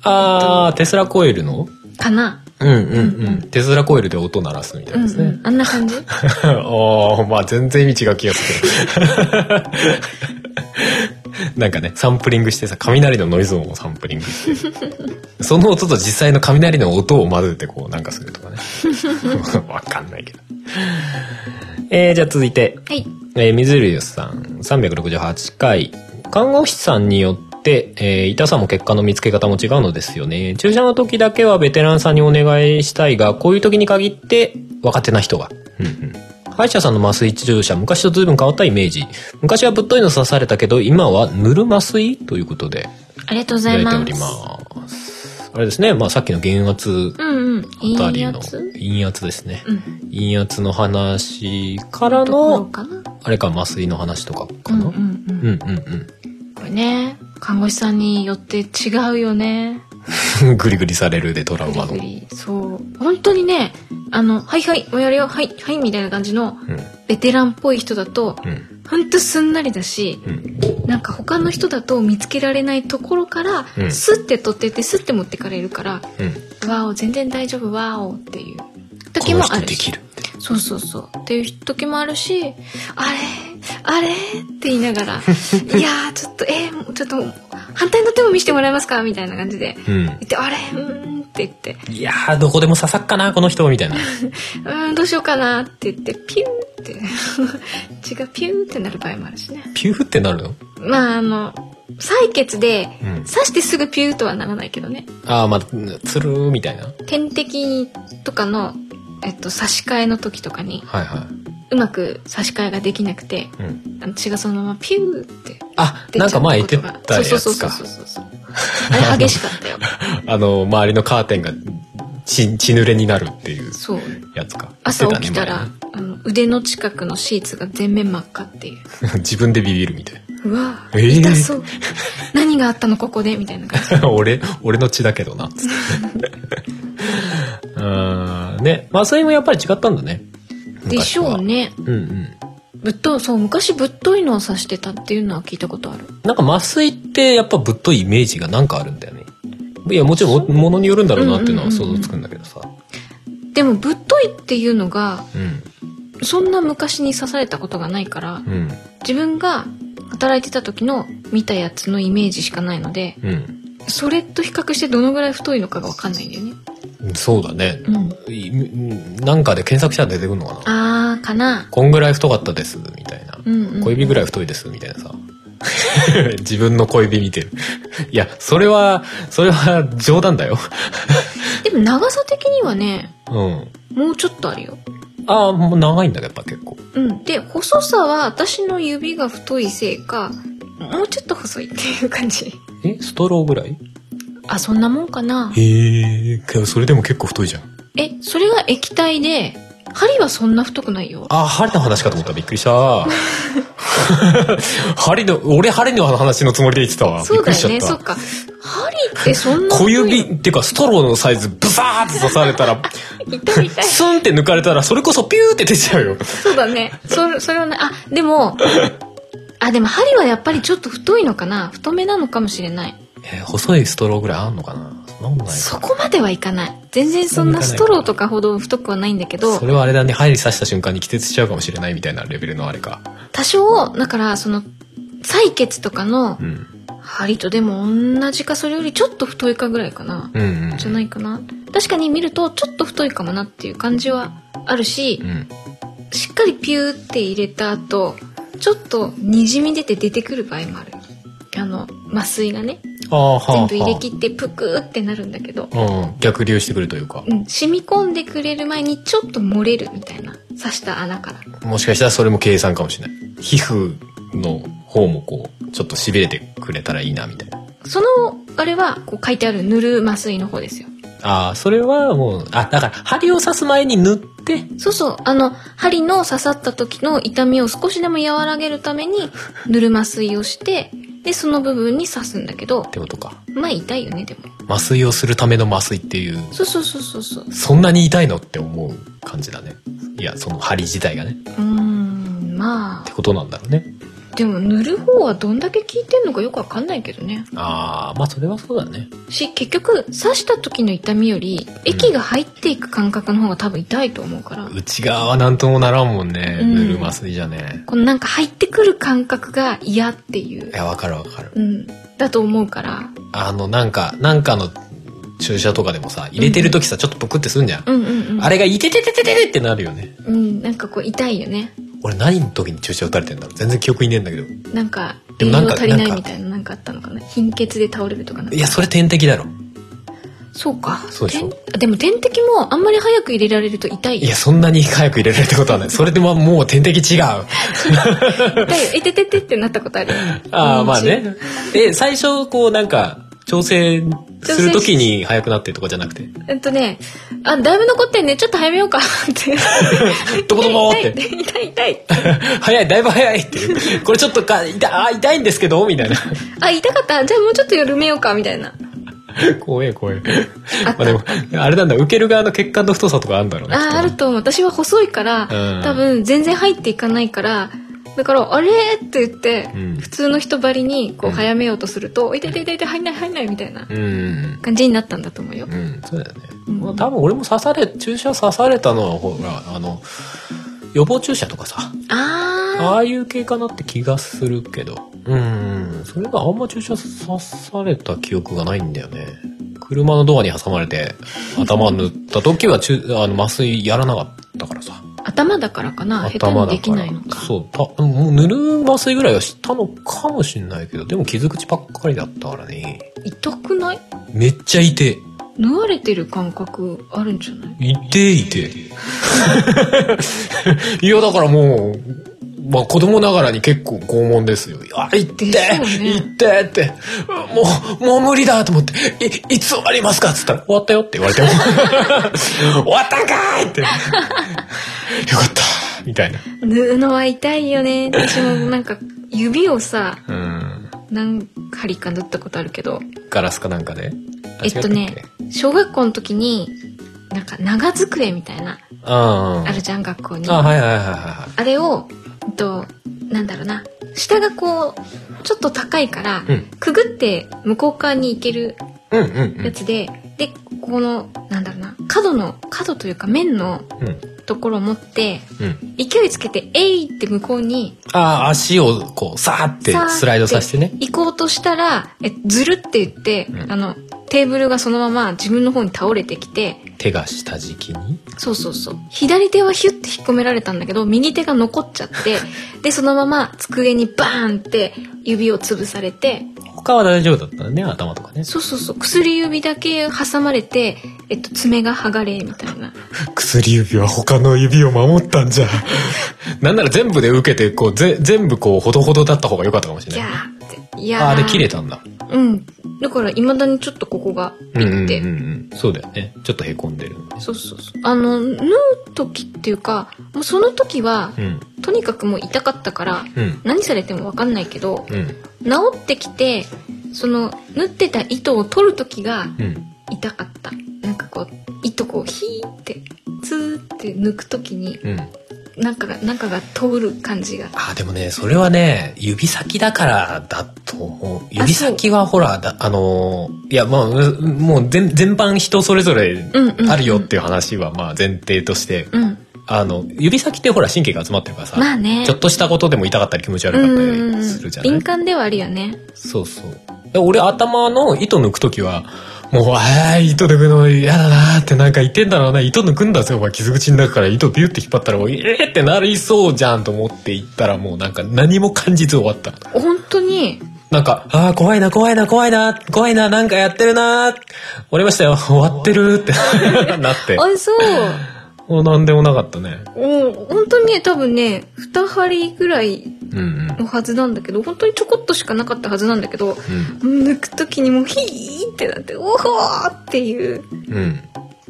Speaker 2: あー、テスラコイルの
Speaker 3: かな、
Speaker 2: うんうんうん。テスラコイルで音鳴らすみたい
Speaker 3: うん
Speaker 2: で
Speaker 3: う
Speaker 2: すね。
Speaker 3: ん、あんな感じ
Speaker 2: ああ、まあ全然意味違う気がするけど。 なんかね、サンプリングしてさ、雷のノイズ音をサンプリングして。その音と実際の雷の音を混ぜてこうなんかするとかね。 わかんないけど。えー、じゃあ続いて、
Speaker 3: はい
Speaker 2: えー、水流さん、368回。看護師さんによって、えー痛さも血管の見つけ方も違うのですよね。注射の時だけはベテランさんにお願いしたいが、こういう時に限って、若手な人が。うんうん歯医者さんの麻酔注射、昔と随分変わったイメージ。昔はぶっといの刺されたけど、今は塗る麻酔ということで、
Speaker 3: ありがとうご
Speaker 2: いた
Speaker 3: ざ
Speaker 2: だ
Speaker 3: い
Speaker 2: いて
Speaker 3: ま
Speaker 2: お
Speaker 3: す
Speaker 2: ります。あれですね、まあさっきの減圧
Speaker 3: うんうんい
Speaker 2: あたり
Speaker 3: い
Speaker 2: の
Speaker 3: やつ
Speaker 2: 陰圧ですね。
Speaker 3: うん
Speaker 2: 陰圧の話から
Speaker 3: ところ
Speaker 2: の、
Speaker 3: かな
Speaker 2: あれか麻酔の話とかかな、
Speaker 3: うんうんうん
Speaker 2: うんうん
Speaker 3: これね看護師さんによって違うよね
Speaker 2: うん。 グリグリされるでトラウ
Speaker 3: グ
Speaker 2: マ
Speaker 3: リ
Speaker 2: の。
Speaker 3: グリそう本当にねあの「はいはいもうやるよはいはい」みたいな感じの
Speaker 2: うん
Speaker 3: ベテランっぽい人だと
Speaker 2: うん
Speaker 3: ほんとすんなりだし
Speaker 2: うん。
Speaker 3: なんか他の人だと見つけられないところから、
Speaker 2: うん
Speaker 3: スッて取ってってスッて持ってかれるから
Speaker 2: うん。
Speaker 3: 「わお全然大丈夫わお」っていう
Speaker 2: こ
Speaker 3: 時
Speaker 2: の
Speaker 3: もあ
Speaker 2: 人
Speaker 3: る
Speaker 2: でき
Speaker 3: し
Speaker 2: るって。
Speaker 3: そうそうそうっていう時もあるし「あれあれ?」って言いな がら「いやーちょっとえー、ちょっと反対の手も見せてもらえますか?」みたいな感じで
Speaker 2: うん
Speaker 3: 言。って「あれうーん」って言って
Speaker 2: いやー、どこでも刺さっかな、この人、みたいな。
Speaker 3: 「うーんどうしようかな」って言ってピューって 血がピューってなる場合もあるしね。
Speaker 2: ピューってなるの
Speaker 3: まああの採血で
Speaker 2: うん
Speaker 3: 刺してすぐピューとはならないけどね
Speaker 2: あー、まあ、つるーみたいな。
Speaker 3: 点滴とかの、えっと、差し替えの時とかに
Speaker 2: はいは
Speaker 3: うまく差し替えができなくて
Speaker 2: い。うん。
Speaker 3: あの血がそのままピューって
Speaker 2: あ、
Speaker 3: 出ちゃ
Speaker 2: なんか前言
Speaker 3: う
Speaker 2: っ
Speaker 3: こ
Speaker 2: て
Speaker 3: とが
Speaker 2: たや
Speaker 3: そうそう
Speaker 2: つ
Speaker 3: そう
Speaker 2: か
Speaker 3: そ。うそうそう あれ激しかったよ
Speaker 2: あの、周りのカーテンが血、血濡れになるっていう
Speaker 3: そう
Speaker 2: やつか。
Speaker 3: 朝
Speaker 2: 言って
Speaker 3: 起きたら、あの腕の近くのシーツが全面真っ赤っていう
Speaker 2: 前 ね自分でビビるみたいう
Speaker 3: わ
Speaker 2: えー
Speaker 3: 痛そう、何があったのここでみたいな感じ
Speaker 2: な。俺、俺の血だけどな、つってうんね まあそれもやっぱり違ったんだね
Speaker 3: でしょうね
Speaker 2: 昔はうんうん
Speaker 3: ぶっとそう昔ぶっといのを刺してたっていうのは聞いたことある
Speaker 2: なんか麻酔ってやっぱぶっといイメージがなんかあるんだよねいやもちろんもものによるんだろうなっていうのは想像つくんだけどさ
Speaker 3: でもぶっといっていうのが
Speaker 2: うん
Speaker 3: そんな昔に刺されたことがないから
Speaker 2: うん
Speaker 3: 自分が働いてた時の見たやつのイメージしかないので
Speaker 2: うん
Speaker 3: それと比較してどのぐらい太いのかがわかんないんだよね
Speaker 2: そうだね
Speaker 3: うん
Speaker 2: いうんなんかで検索したら出てくるのかな
Speaker 3: あーかな
Speaker 2: こんぐらい太かったですみたいな
Speaker 3: うん、うん、
Speaker 2: 小指ぐらい太いですみたいなさ 自分の小指見てるいやそれはそれは冗談だよ
Speaker 3: でも長さ的にはね
Speaker 2: うん
Speaker 3: もうちょっとあるよ
Speaker 2: ああもう長いんだけどやっぱ結構
Speaker 3: うんで細さは私の指が太いせいかもうちょっと細いっていう感じ
Speaker 2: えストローぐらい
Speaker 3: あそんなもんかな
Speaker 2: へえそれでも結構太いじゃん
Speaker 3: えそれが液体で針はそんな太くないよ
Speaker 2: あー針の話かと思ったびっくりした 針の俺針の話のつもりで言ってたわ
Speaker 3: そうだ
Speaker 2: び
Speaker 3: よ
Speaker 2: っくり
Speaker 3: ね
Speaker 2: しち
Speaker 3: そ
Speaker 2: ゃ
Speaker 3: っ
Speaker 2: った
Speaker 3: か針ってそんな
Speaker 2: 小
Speaker 3: 太い
Speaker 2: 指っていうかストローのサイズブサーって刺された ら
Speaker 3: 痛い痛い
Speaker 2: スンって抜かれたらそれこそピューって出ちゃうよ
Speaker 3: そうだね。それ、それはね、あ、でも、あ、でも針はやっぱりちょっと太いのかな太めなのかもしれない。
Speaker 2: えー細いストローぐらいあんのかなそんなことない
Speaker 3: そこまではいかない。全然そんなストローとかほど太くはないんだけど
Speaker 2: そ、れはあれだね針刺した瞬間に気絶しちゃうかもしれないみたいなレベルのあれか
Speaker 3: 多少、だからその、採血とかの
Speaker 2: うん
Speaker 3: 針とでも同じかそれよりちょっと太いかぐらいかな。
Speaker 2: うんうん
Speaker 3: じゃないかな。確かに見るとちょっと太いかもなっていう感じはあるし
Speaker 2: う、ん
Speaker 3: しっかりピューって入れた後、ちょっとにじみ出て出てくる場合もある。あの、麻酔がね。
Speaker 2: ああはあは
Speaker 3: 全
Speaker 2: あ
Speaker 3: 部入れ切ってプクーってなるんだけど、
Speaker 2: うん逆流してくるというか
Speaker 3: うん、染み込んでくれる前にちょっと漏れるみたいな刺した穴から
Speaker 2: もしかしたらそれも計算かもしれない皮膚の方もこうちょっとしびれてくれたらいいなみたいな
Speaker 3: そのあれはこう書いてある塗る麻酔の方ですよ
Speaker 2: ああそれはもうあだから針を刺す前に塗って
Speaker 3: そうそうあの針の刺さった時の痛みを少しでも和らげるために塗る麻酔をしてでその部分に刺すんだけど
Speaker 2: ってことか
Speaker 3: まあ痛いよねでも
Speaker 2: 麻酔をするための麻酔っていう
Speaker 3: そうそうそうそうそうう
Speaker 2: そんなに痛いのって思う感じだねいやその針自体がねっ
Speaker 3: ーんま
Speaker 2: てことなんだろうね
Speaker 3: あでも塗る方はどんだけ効いてんのかよくわかんないけどね
Speaker 2: ああまあそれはそうだね
Speaker 3: し結局刺した時の痛みより液が入っていく感覚の方が多分痛いと思うから、
Speaker 2: 内側はなんともならんもんね、
Speaker 3: うん
Speaker 2: 塗る麻酔じゃね
Speaker 3: このなんか入ってくる感覚が嫌っていう
Speaker 2: い、やわかるわかる
Speaker 3: うん、だと思うから
Speaker 2: あのなんかなんかの注射とかでもさ入れてる時さ、ちょっとぷくってすんじゃん
Speaker 3: うんうんうん
Speaker 2: あれがいててててててってなるよね。
Speaker 3: うん、なんかこう痛いよね
Speaker 2: 俺何の時に注射打たれてんだろう全然記憶にねえんだけど。
Speaker 3: なんか
Speaker 2: で
Speaker 3: 栄
Speaker 2: もな
Speaker 3: 養
Speaker 2: んか
Speaker 3: 足りない
Speaker 2: なんか
Speaker 3: みたいななんかあったのかな貧血で倒れるとかなんか
Speaker 2: いや、それ点滴だろ。
Speaker 3: そうか
Speaker 2: そうでしょ
Speaker 3: 点あでも点滴もあんまり早く入れられると痛い
Speaker 2: い
Speaker 3: よ
Speaker 2: や、そんなに早く入れられるってことはない。それでももう点滴違う。あ
Speaker 3: 痛いよえてててってなったことあるよ
Speaker 2: あー、
Speaker 3: うん
Speaker 2: まあね。え、最初、こうなんか、調整する時に早くなってとかじゃなくて。
Speaker 3: えっとね、あ、だいぶ残ってんね。ちょっと早めようかって。
Speaker 2: どこどこ
Speaker 3: 痛
Speaker 2: っ
Speaker 3: い
Speaker 2: て。
Speaker 3: 痛い痛い。
Speaker 2: 早い、だいぶ早いっていう。これちょっとか、痛あー痛いんですけど、みたいな。
Speaker 3: あ、痛かった。じゃあもうちょっと緩めようか、みたいな。
Speaker 2: 怖え、怖え。ま
Speaker 3: あった
Speaker 2: あでも、あれなんだ、受ける側の血管の太さとかあるんだろうね。きっと
Speaker 3: あ、
Speaker 2: ね
Speaker 3: あると思う。私は細いから
Speaker 2: うん、
Speaker 3: 多分全然入っていかないから、だから、あれって言って、
Speaker 2: うん
Speaker 3: 普通の人ばりに、こう、
Speaker 2: うん
Speaker 3: 早めようとすると、痛い痛い痛い痛い、入んない入んない、みたいな
Speaker 2: うん。
Speaker 3: 感じになったんだと思うよ
Speaker 2: う。ん、そうだよね。
Speaker 3: うん
Speaker 2: まあ多分俺も刺され、注射刺されたのは、ほら、あの、予防注射とかさ、
Speaker 3: あ
Speaker 2: ああいう系かなって気がするけど。うん、それがあんま注射刺された記憶がないんだよね。車のドアに挟まれて、頭塗った時は注、あの、麻酔やらなかったからさ。
Speaker 3: ー、頭だからかな。下手
Speaker 2: 頭だ
Speaker 3: にで
Speaker 2: か
Speaker 3: き
Speaker 2: ら
Speaker 3: ないのか。
Speaker 2: そう、た、もう塗る麻酔ぐらいはしたのかもしんないけど、でも傷口ばっかりだったからね。
Speaker 3: 痛くない
Speaker 2: めっちゃ痛え。
Speaker 3: 縫われてる感覚あるんじゃない
Speaker 2: いてい て。いや、だからもう、まあ子供ながらに結構拷問ですよ。あ、いって、い
Speaker 3: でしょうね
Speaker 2: ってって、もう、もう無理だと思って、い、いつ終わりますかっつったら、終わったよって言われ ても、終わったんかーいって。よかった、みたいな。
Speaker 3: 縫うのは痛いよね。私もなんか、指をさ、
Speaker 2: うん。
Speaker 3: 何針か縫ったことあるけど、
Speaker 2: ガラスかなんかで。あ
Speaker 3: えっとね、小学校の時になんか長机みたいな
Speaker 2: あ
Speaker 3: あるじゃん学校に
Speaker 2: あはいはいはいはいは
Speaker 3: あれを、えっと、なんだろうな下がこうちょっと高いから、
Speaker 2: うん
Speaker 3: くぐって向こう側に行ける
Speaker 2: いうんうん
Speaker 3: やつで、でここのなんだろうな角の角というか面の
Speaker 2: うんうん
Speaker 3: ところを持って
Speaker 2: うん
Speaker 3: 勢いつけて「えい!」って向こうに
Speaker 2: ああ足をこうさーって
Speaker 3: さーって
Speaker 2: スライドさせてね
Speaker 3: 行こうとしたらえずるって言って、
Speaker 2: うん
Speaker 3: あのテーブルがそのまま自分の方に倒れてきて
Speaker 2: 手が下敷きに
Speaker 3: そうそうそう左手はヒュッて引っ込められたんだけど右手が残っちゃって でそのまま机にバーンって指を潰されて
Speaker 2: 他は大丈夫だったね頭とかね
Speaker 3: そうそうそう薬指だけ挟まれて、えっと、爪が剥がれみたいな
Speaker 2: 薬指は他の指を守ったんじゃ なんなら全部で受けてこうぜ全部こうほどほどだった方が良かったかもしれ
Speaker 3: ギャ
Speaker 2: ない
Speaker 3: ーっていやー
Speaker 2: ああーで切れたんだ
Speaker 3: うんだからいまだにちょっとここが
Speaker 2: うん
Speaker 3: ピ
Speaker 2: うん
Speaker 3: ッ
Speaker 2: うん
Speaker 3: て、
Speaker 2: うんそうだよねちょっとへこんでる
Speaker 3: そうそうそうあの縫う時っていうかもうその時は
Speaker 2: う、ん
Speaker 3: とにかくもう痛かったから
Speaker 2: うん
Speaker 3: 何されても分かんないけど、
Speaker 2: うん
Speaker 3: 治ってきてその縫ってた糸を取る時が
Speaker 2: うん
Speaker 3: 痛かったなんかこう糸こうヒーってツーって抜く時に
Speaker 2: うん
Speaker 3: なんかがなんかが通る感じが
Speaker 2: あーでもねそれはね指先だからだと思う
Speaker 3: そう
Speaker 2: 指先はほらだあのーいやまあうもう全全般人それぞれ
Speaker 3: んうんうん
Speaker 2: あるよっていう話はまあ前提として
Speaker 3: うん
Speaker 2: あの指先ってほら神経が集まってるからさ、
Speaker 3: まあね
Speaker 2: ちょっとしたことでも痛かったり気持ち悪か
Speaker 3: うんうん
Speaker 2: った
Speaker 3: う
Speaker 2: り
Speaker 3: ん
Speaker 2: するじゃない、
Speaker 3: 敏感ではあるよね
Speaker 2: そうそう俺頭の糸抜く時はもう「ああ糸抜くの嫌だな」ってなんか言ってんだろうな糸抜くんだぜお前傷口の中から糸ビュって引っ張ったらもう「ええー!」ってなりそうじゃんと思って行ったらもうなんか何も感じず終わった
Speaker 3: 本当に
Speaker 2: なんか「ああ怖いな怖いな怖いな怖いななんかやってるな終わりましたよ終わってる」ってなって
Speaker 3: あそう
Speaker 2: もう何でもなかったね
Speaker 3: うん本当にね多分ね2針ぐらい
Speaker 2: うんうん
Speaker 3: のはずなんだけど本当にちょこっとしかなかったはずなんだけど
Speaker 2: うん
Speaker 3: 抜く時にもうヒーってなっておほーっていう
Speaker 2: うん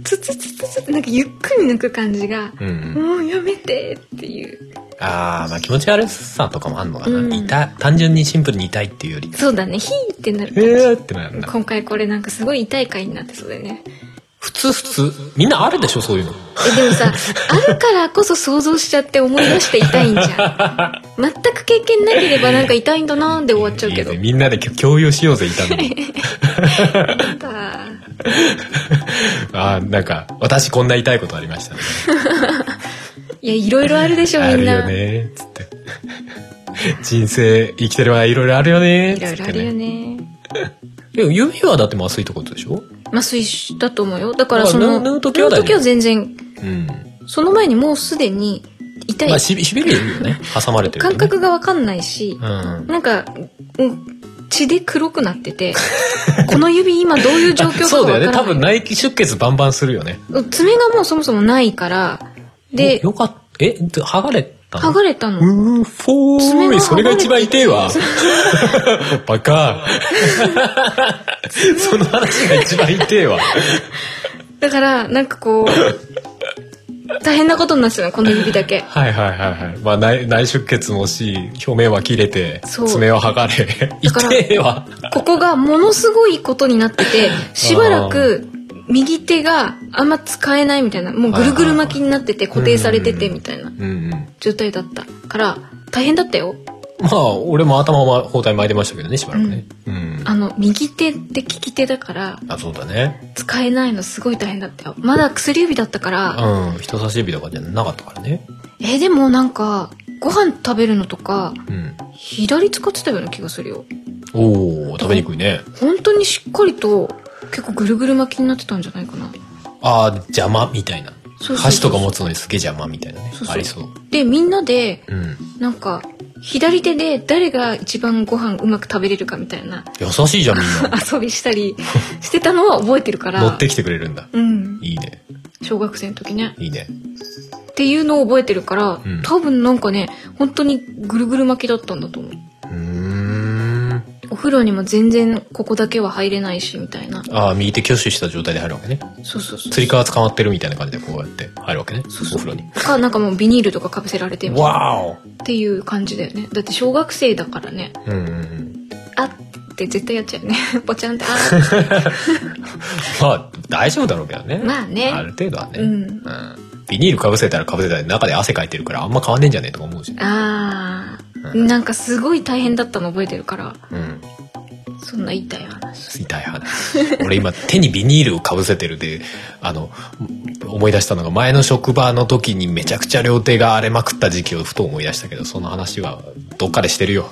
Speaker 3: ツツツツツってなんかゆっくり抜く感じが、
Speaker 2: うんうん
Speaker 3: もうやめてっていう
Speaker 2: ああまあ気持ち悪さとかもあんのかな、
Speaker 3: うん
Speaker 2: 痛い単純にシンプルに痛いっていうより
Speaker 3: そうだねヒーってなる
Speaker 2: え
Speaker 3: 感じ、
Speaker 2: ーってなるんだ
Speaker 3: 今回これなんかすごい痛い回になってそうだよね
Speaker 2: 普通普通みんなあるでしょそういうの
Speaker 3: え でもさあるからこそ想像しちゃって思い出して痛いんじゃ ん全く経験なければなんか痛いんだなーで終わっちゃうけど
Speaker 2: いいねみんなで共有しようぜ痛み
Speaker 3: なんだ
Speaker 2: あーなんか私こんな痛いことありましたね
Speaker 3: いやいろいろあるでしょ
Speaker 2: あ
Speaker 3: み
Speaker 2: る
Speaker 3: んな
Speaker 2: よねつって 人生生きてればいろいろあるよね
Speaker 3: いろいろ
Speaker 2: つ
Speaker 3: あ
Speaker 2: って
Speaker 3: るよ
Speaker 2: ね
Speaker 3: ね
Speaker 2: でも指はだって麻酔ってことでしょ
Speaker 3: 麻酔だと思うよだからそ
Speaker 2: ま
Speaker 3: の
Speaker 2: あ縫う縫う時はだよね
Speaker 3: 縫う時は全然
Speaker 2: うん
Speaker 3: その前にもうすでに痛い、
Speaker 2: まあしびしびれるよね挟まれてるよね
Speaker 3: 感覚がわかんないし、
Speaker 2: うん
Speaker 3: なんか、うん血で黒くなってて、 この指今どういう状況か
Speaker 2: そ
Speaker 3: わ
Speaker 2: うだ
Speaker 3: から
Speaker 2: よ
Speaker 3: ない。
Speaker 2: ね多分内気出血バンバンするよね
Speaker 3: うん爪がもうそもそもないから、で
Speaker 2: お、よかったえ剥がれたの
Speaker 3: 剥がれたの。
Speaker 2: うーん、フォ
Speaker 3: 爪
Speaker 2: ー
Speaker 3: が
Speaker 2: イ、それが一番痛えわ
Speaker 3: そ。
Speaker 2: バ カ。その話が一番痛えわ。
Speaker 3: だから、なんかこう、大変なことになってたの、この指だけ。
Speaker 2: はいはいはいはい。まあ内内出血もし、表面は切れて、
Speaker 3: そう
Speaker 2: 爪は剥がれ。
Speaker 3: だから
Speaker 2: 痛えわ。
Speaker 3: ここがものすごいことになってて、しばらく右手があんま使えないみたいな、もうぐるぐる巻きになってて固定されててみたいな
Speaker 2: うんうん。ま
Speaker 3: 状態だったから、大変だったよ。
Speaker 2: あ、俺も頭は包帯巻いてましたけどね、しばらくね。うん。
Speaker 3: あの、右手って利き手だから、
Speaker 2: あ、そうだね。
Speaker 3: 使えないのすごい大変だったよまだ薬指だったから、
Speaker 2: うん。人差し指とかじゃなかったからね。
Speaker 3: えでもなんかご飯食べるのとか
Speaker 2: うん。
Speaker 3: 左使ってたような気がするよ
Speaker 2: おー、食べにくいね。
Speaker 3: 本当にしっかりと結構ぐるぐる巻きになってたんじゃないかな
Speaker 2: あー、邪魔みたいな。
Speaker 3: そうそうそう
Speaker 2: 箸とか持つのにすげえ邪魔みたいなね。
Speaker 3: そうそう
Speaker 2: ありそう。
Speaker 3: でみんなで
Speaker 2: うん。
Speaker 3: なんか左手で誰が一番ご飯うまく食べれるかみたいな
Speaker 2: 優しいじゃんみんな
Speaker 3: 遊びし たりしてたのは覚えてるから
Speaker 2: 乗ってきてくれるんだ
Speaker 3: うん
Speaker 2: いいね
Speaker 3: 小学生の時ね
Speaker 2: いいね
Speaker 3: っていうのを覚えてるから、
Speaker 2: うん
Speaker 3: 多分なんかね本当にぐるぐる巻きだったんだと思う
Speaker 2: うーん
Speaker 3: お風呂にも全然ここだけは入れないしみたいな
Speaker 2: ああ右手挙手した状態で入るわけね
Speaker 3: そうそうそう
Speaker 2: つり革捕まってるみたいな感じでこうやって入るわけね
Speaker 3: そう
Speaker 2: お
Speaker 3: そう
Speaker 2: 風呂に
Speaker 3: かなんかもうビニールとかかぶせられてみたいな
Speaker 2: わお
Speaker 3: っていう感じだよねだって小学生だからね
Speaker 2: うんうんうん
Speaker 3: あって絶対やっちゃうよね。 ポチャンって、あー
Speaker 2: まあ大丈夫だろうけどね
Speaker 3: まあね
Speaker 2: ある程度はね、
Speaker 3: うん
Speaker 2: ビニールかぶせたらかぶせたで中で汗かいてるからあんま変わんねえんじゃねえとか思うし、
Speaker 3: あー。なんかすごい大変だったの覚えてるから、
Speaker 2: うん、
Speaker 3: そんな痛い話。
Speaker 2: 痛い話俺今手にビニールをかぶせてるであの思い出したのが前の職場の時にめちゃくちゃ両手が荒れまくった時期をふと思い出したけどその話はどっかでしてるよ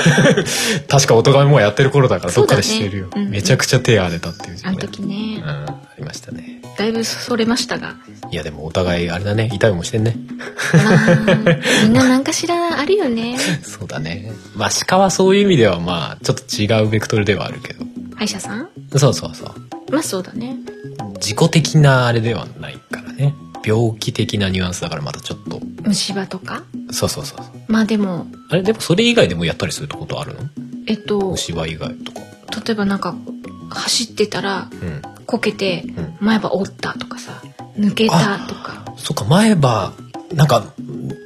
Speaker 2: 確かお互いもうやってる頃だからどっかでしてるよ、
Speaker 3: そうだねうん
Speaker 2: めちゃくちゃ手荒れたっていう時期
Speaker 3: あ
Speaker 2: ね
Speaker 3: の時
Speaker 2: う
Speaker 3: ね
Speaker 2: ん、、ありましたね
Speaker 3: だいぶそれました が、
Speaker 2: いやでもお互いあれだね痛いもんしてんね
Speaker 3: まあ、みんななんかしらあるよね。
Speaker 2: そうだねまあ鹿はそういう意味ではまあちょっと違うベクトルではあるけど
Speaker 3: 歯医者さん
Speaker 2: そうそうそう
Speaker 3: まあそうだね。
Speaker 2: 自己的なあれではないからね病気的なニュアンスだからまたちょっと
Speaker 3: 虫歯とか
Speaker 2: そうそうそう
Speaker 3: まあでも、
Speaker 2: あれでもそれ以外でもやったりするってことあるの
Speaker 3: えっと、
Speaker 2: 虫歯以外とか
Speaker 3: 例えばなんか、走ってたら、
Speaker 2: うん
Speaker 3: こけて、
Speaker 2: ん
Speaker 3: 前歯折ったとかさ、抜けたとか。
Speaker 2: そっか前歯なんか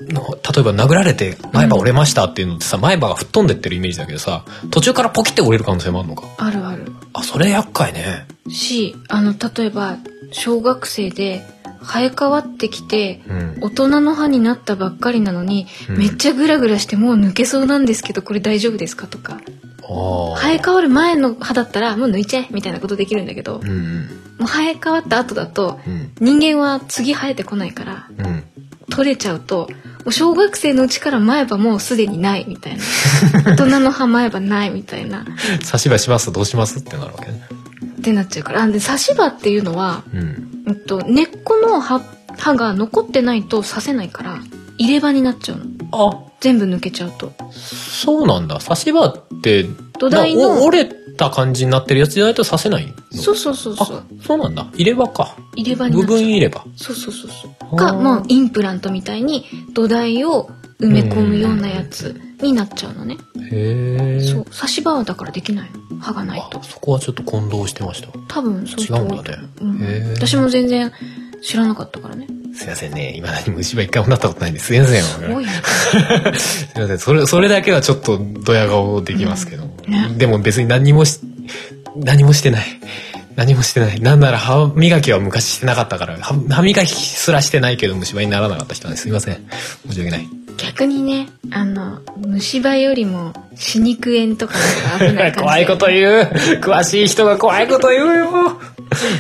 Speaker 2: の例えば殴られて前歯折れましたっていうのってさ、前歯が吹っ飛んでってるイメージだけどさ途中からポキって折れる可能性もあるのか
Speaker 3: あるある。
Speaker 2: あそれ厄介ね
Speaker 3: し、あの、例えば、小学生で生え変わってきて、
Speaker 2: うん
Speaker 3: 大人の歯になったばっかりなのに、
Speaker 2: うん
Speaker 3: めっちゃグラグラしてもう抜けそうなんですけど、これ大丈夫ですかとか。
Speaker 2: ああ
Speaker 3: 生え変わる前の歯だったら、もう抜いちゃえみたいなことできるんだけど、
Speaker 2: う
Speaker 3: も
Speaker 2: ん
Speaker 3: う生え変わった後だと、
Speaker 2: うん
Speaker 3: 人間は次生えてこないから、
Speaker 2: うんうん
Speaker 3: 取れちゃうと、もう小学生のうちから前歯もうすでにないみたい な。大人の歯前歯ないみたいな。
Speaker 2: 差し歯しますどうしますってなるわけね
Speaker 3: ってなっちゃうから。あで、刺し歯っていうのは、
Speaker 2: うん
Speaker 3: うんと、根っこの歯、歯が残ってないと刺せないから、入れ歯になっちゃうの。
Speaker 2: あ
Speaker 3: 全部抜けちゃうと。
Speaker 2: そうなんだ。差し歯って、
Speaker 3: 土台の
Speaker 2: なお折れた感じになってるやつじゃないと刺せないの
Speaker 3: そうそうそう
Speaker 2: あ
Speaker 3: そう。、
Speaker 2: そうなんだ。入れ歯か。
Speaker 3: 入れ歯にな
Speaker 2: 部
Speaker 3: っちゃう
Speaker 2: 分。入れ歯。
Speaker 3: そうそうそうそう。
Speaker 2: あー
Speaker 3: か、まあ、インプラントみたいに土台を埋め込むようなやつになっちゃうのね。
Speaker 2: へえ。
Speaker 3: そう。刺し歯はだからできないの。歯がない
Speaker 2: あ
Speaker 3: と。
Speaker 2: そこはちょっと混同してました。
Speaker 3: 多分そう
Speaker 2: 違うんだね。
Speaker 3: うん
Speaker 2: へー
Speaker 3: 私も全然知らなかったからね。
Speaker 2: すいませんね。今何虫歯一回もなったことないんですいません。
Speaker 3: すごいね。
Speaker 2: すいません。それ、それだけはちょっとドヤ顔できますけど。
Speaker 3: ね
Speaker 2: でも別に何もし、何もしてない。何もしてない。なんなら歯磨きは昔してなかったから、歯歯磨きすらしてないけど虫歯にならなかった人なんですいません。申し訳ない。
Speaker 3: 逆にね、あの、虫歯よりも歯肉炎とかの方が危ない感 じ。
Speaker 2: 怖いこと言う詳しい人が怖いこと言うよま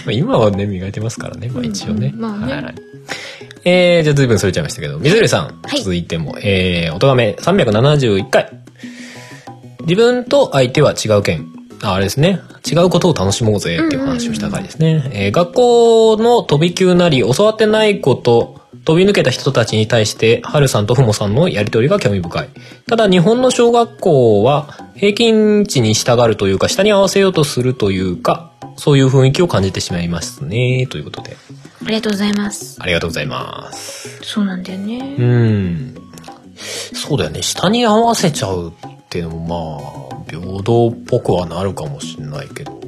Speaker 2: あ今はね磨いてますからね、まあ、一応ね、
Speaker 3: うんまあね
Speaker 2: はいはいえー、じゃあ随分それちゃいましたけど水鳥さん、
Speaker 3: はい
Speaker 2: 続いてもえー、おとがめ371回自分と相手は違う件ああれですね違うことを楽しもうぜっていう話をした回ですね、えー学校の飛び級なり教わってないこと飛び抜けた人たちに対して、はるさんとふもさんのやりとりが興味深い。ただ、日本の小学校は、平均値に従うというか、下に合わせようとするというか、そういう雰囲気を感じてしまいますね。ということで、
Speaker 3: ありがとうございます。
Speaker 2: ありがとうございます。
Speaker 3: そうなんだよ
Speaker 2: う
Speaker 3: ね。
Speaker 2: ん。そうだよね。下に合わせちゃうっていうのも、まあ、平等っぽくはなるかもしれないけど。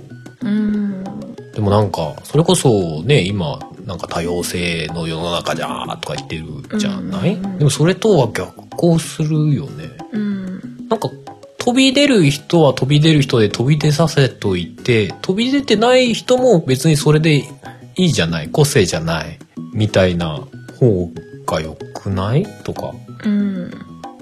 Speaker 3: うん。
Speaker 2: でもなんか、それこそね、今、なんか多様性の世の中じゃーとか言ってるじゃない、
Speaker 3: うんうんうん
Speaker 2: でもそれとは逆行するよね。
Speaker 3: うん。
Speaker 2: なんか、飛び出る人は飛び出る人で飛び出させといて、飛び出てない人も別にそれでいいじゃない個性じゃないみたいな方が良くないとか。
Speaker 3: うん。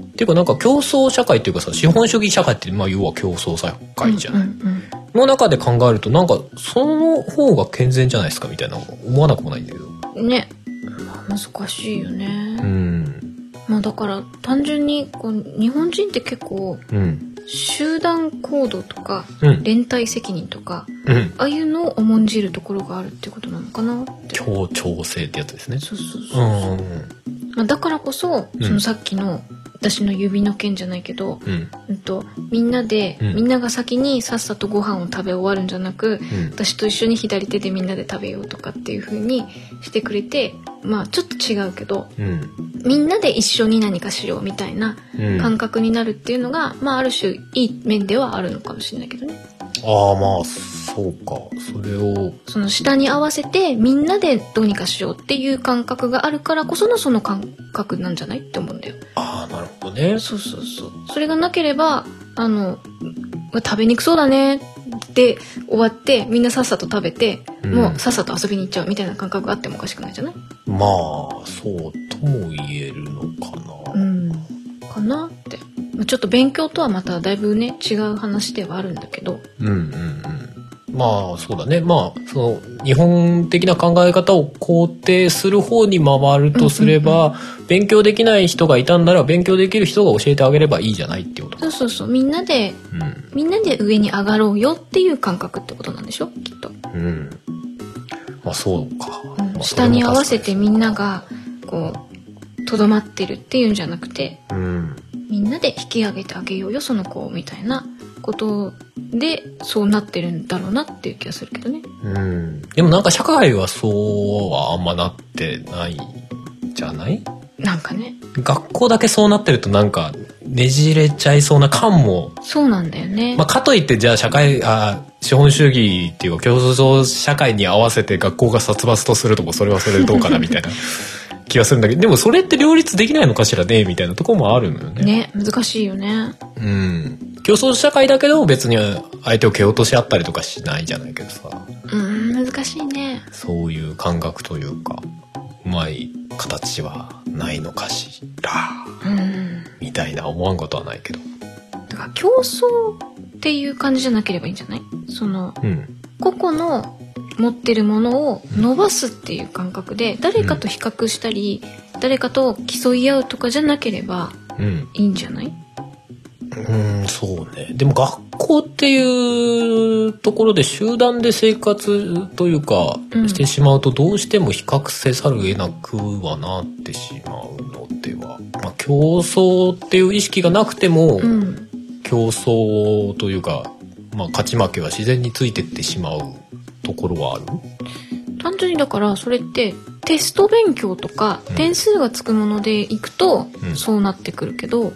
Speaker 2: っていうかなんか競争社会っていうかさ、資本主義社会ってまあ要は競争社会じゃない、
Speaker 3: うんうん
Speaker 2: の中で考えるとなんかその方が健全じゃないですかみたいな思わなくもないんだけど。
Speaker 3: うんね。まあ難しいよね。
Speaker 2: うん。
Speaker 3: まあだから単純にこう日本人って結構
Speaker 2: うん。
Speaker 3: 集団行動とか
Speaker 2: うん。
Speaker 3: 連帯責任とか
Speaker 2: うん。
Speaker 3: ああいうのを重んじるところがあるってことなのかなってそ
Speaker 2: 協
Speaker 3: う
Speaker 2: 調性ってやつですね。
Speaker 3: そうそう、
Speaker 2: うん。
Speaker 3: まあ、だからこそ
Speaker 2: うん
Speaker 3: そのさっきの私の指の件じゃないけど、
Speaker 2: うん。
Speaker 3: うんと、みんなで、
Speaker 2: うん
Speaker 3: みんなが先にさっさとご飯を食べ終わるんじゃなく
Speaker 2: うん。
Speaker 3: 私と一緒に左手でみんなで食べようとかっていう風にしてくれてまあちょっと違うけど
Speaker 2: うん。
Speaker 3: みんなで一緒に何かしようみたいな
Speaker 2: うん。
Speaker 3: 感覚になるっていうのが、まあある種いい面ではあるのかもしれないけどね
Speaker 2: ああまあそうかそれを
Speaker 3: その下に合わせてみんなでどうにかしようっていう感覚があるからこそのその感覚なんじゃないって思うんだよ
Speaker 2: ああなるほどね
Speaker 3: そうそうそうそれがなければあのわ食べにくそうだねで終わってみんなさっさと食べて、
Speaker 2: うん
Speaker 3: もうさっさと遊びに行っちゃうみたいな感覚があってもおかしくないじゃない
Speaker 2: まあそうとも言えるのかな、
Speaker 3: うんかなってまあちょっと勉強とはまただいぶね違う話ではあるんだけど
Speaker 2: うんうんうん。まあそうだね。まあその日本的な考え方を肯定する方に回るとすれば、勉強できない人がいたんなら勉強できる人が教えてあげればいいじゃないってこと。
Speaker 3: そうそうそうみんなで
Speaker 2: うん。
Speaker 3: みんなで上に上がろうよっていう感覚ってことなんでしょきっと、
Speaker 2: うん。まあそうか。
Speaker 3: うん
Speaker 2: まあ
Speaker 3: 下に合わせてみんな。がこうとどまってるっていうんじゃなくて
Speaker 2: それも確か
Speaker 3: みんなで引き上げてあげようよその子をみたいなことでそうなってるんだろうなっていう気がするけどね。
Speaker 2: にうん。うん。でもなんか社会はそうはあんまなってないじゃない
Speaker 3: なんかね
Speaker 2: 学校だけそうなってるとなんかねじれちゃいそうな感も
Speaker 3: そうなんだよね。
Speaker 2: まあ、かといってじゃあ社会あー資本主義っていうか競争社会に合わせて学校が殺伐とするともそれはそれでどうかなみたいな気がするんだけどでもそれって両立できないのかしらねみたいなとこもあるのよね。
Speaker 3: ね難しいよね。
Speaker 2: うん競争社会だけど別に相手を蹴落とし合ったりとかしないじゃないけどさ
Speaker 3: うん難しいね。
Speaker 2: そういう感覚というかうまい形はないのかしら
Speaker 3: うん
Speaker 2: みたいな思わんことはないけど。
Speaker 3: だから競争っていう感じじゃなければいいんじゃないその
Speaker 2: うん、
Speaker 3: 個々の持ってるものを伸ばすっていう感覚で誰かと比較したり、誰かと競い合うとかじゃなければ
Speaker 2: うん
Speaker 3: いいんじゃない、
Speaker 2: うん、そうね。でも学校っていうところで集団で生活というか、
Speaker 3: うん
Speaker 2: してしまうとどうしても比較せざるを得なくはなってしまうのでは。まあ競争っていう意識がなくても、
Speaker 3: うん、
Speaker 2: 競争というか、まあ勝ち負けは自然についてってしまうところはある。
Speaker 3: 単純にだからそれってテスト勉強とか
Speaker 2: うん
Speaker 3: 点数がつくものでいくと
Speaker 2: うん
Speaker 3: そうなってくるけど
Speaker 2: うん。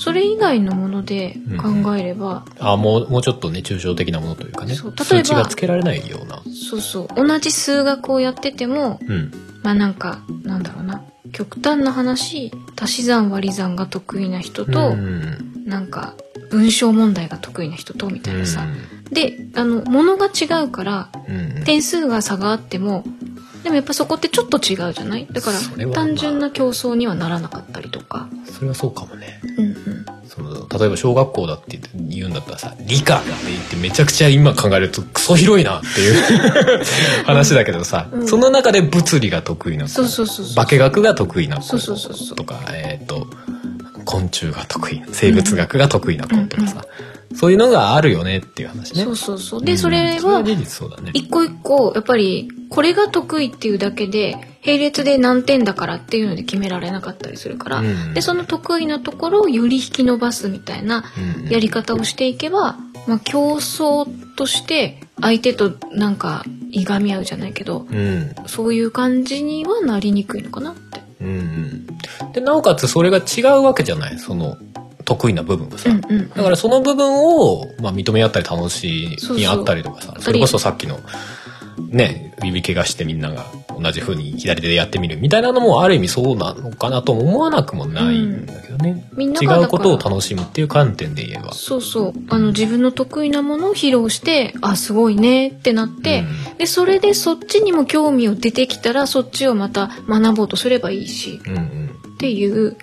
Speaker 3: それ以外のもので考えれば、
Speaker 2: あ、もう、もうちょっとね、抽象的なものというかね。
Speaker 3: そう例えば
Speaker 2: 数値がつけられないような。
Speaker 3: そうそう同じ数学をやってても
Speaker 2: うん。
Speaker 3: まあなんかなんだろうな極端な話足し算割り算が得意な人と、
Speaker 2: うん
Speaker 3: なんか文章問題が得意な人とみたいなさ、であの物が違うから
Speaker 2: うんうん
Speaker 3: 点数が差があってもでもやっぱそこってちょっと違うじゃないだか
Speaker 2: それ
Speaker 3: ら
Speaker 2: は
Speaker 3: 単純な競争にはならなかったりとか、
Speaker 2: それはそうかもね。
Speaker 3: うんうん、
Speaker 2: その例えば小学校だって言うんだったらさ理科だって言ってめちゃくちゃ今考えるとクソ広いなっていう 話だけどさ、
Speaker 3: うん
Speaker 2: その中で物理が得意な子
Speaker 3: そうそうそうそう
Speaker 2: 化学が得意な子
Speaker 3: そうそうそうそう
Speaker 2: とかえっ、と昆虫が得意生物学が得意な子とかさ、そういうのがあるよねっていう話ね。
Speaker 3: そうそうそう
Speaker 2: う
Speaker 3: で
Speaker 2: ん
Speaker 3: それは
Speaker 2: 事実そうだね。
Speaker 3: 一個一個やっぱりこれが得意っていうだけで並列で何点だからっていうので決められなかったりするから、
Speaker 2: うん
Speaker 3: でその得意なところをより引き伸ばすみたいな
Speaker 2: うんうん
Speaker 3: やり方をしていけば、まあ、競争として相手となんかいがみ合うじゃないけど
Speaker 2: うん
Speaker 3: そういう感じにはなりにくいのかなって。
Speaker 2: うんうんでなおかつそれが違うわけじゃないその得意な部分がさ、
Speaker 3: うんうん
Speaker 2: だからその部分を、まあ、認め合ったり楽しみ合ったりとかさ
Speaker 3: そうそう
Speaker 2: それこそさっきのね指怪我してみんなが同じ風に左でやってみるみたいなのもある意味そうなのかなとも思わなくもないんだけどね、
Speaker 3: みんな
Speaker 2: 違
Speaker 3: がだから
Speaker 2: うことを楽しむっていう観点で言えば。
Speaker 3: そうそうあの自分の得意なものを披露してあすごいねってなって、でそれでそっちにも興味を出てきたらそっちをまた学ぼうとすればいいし
Speaker 2: うんうん、
Speaker 3: っていう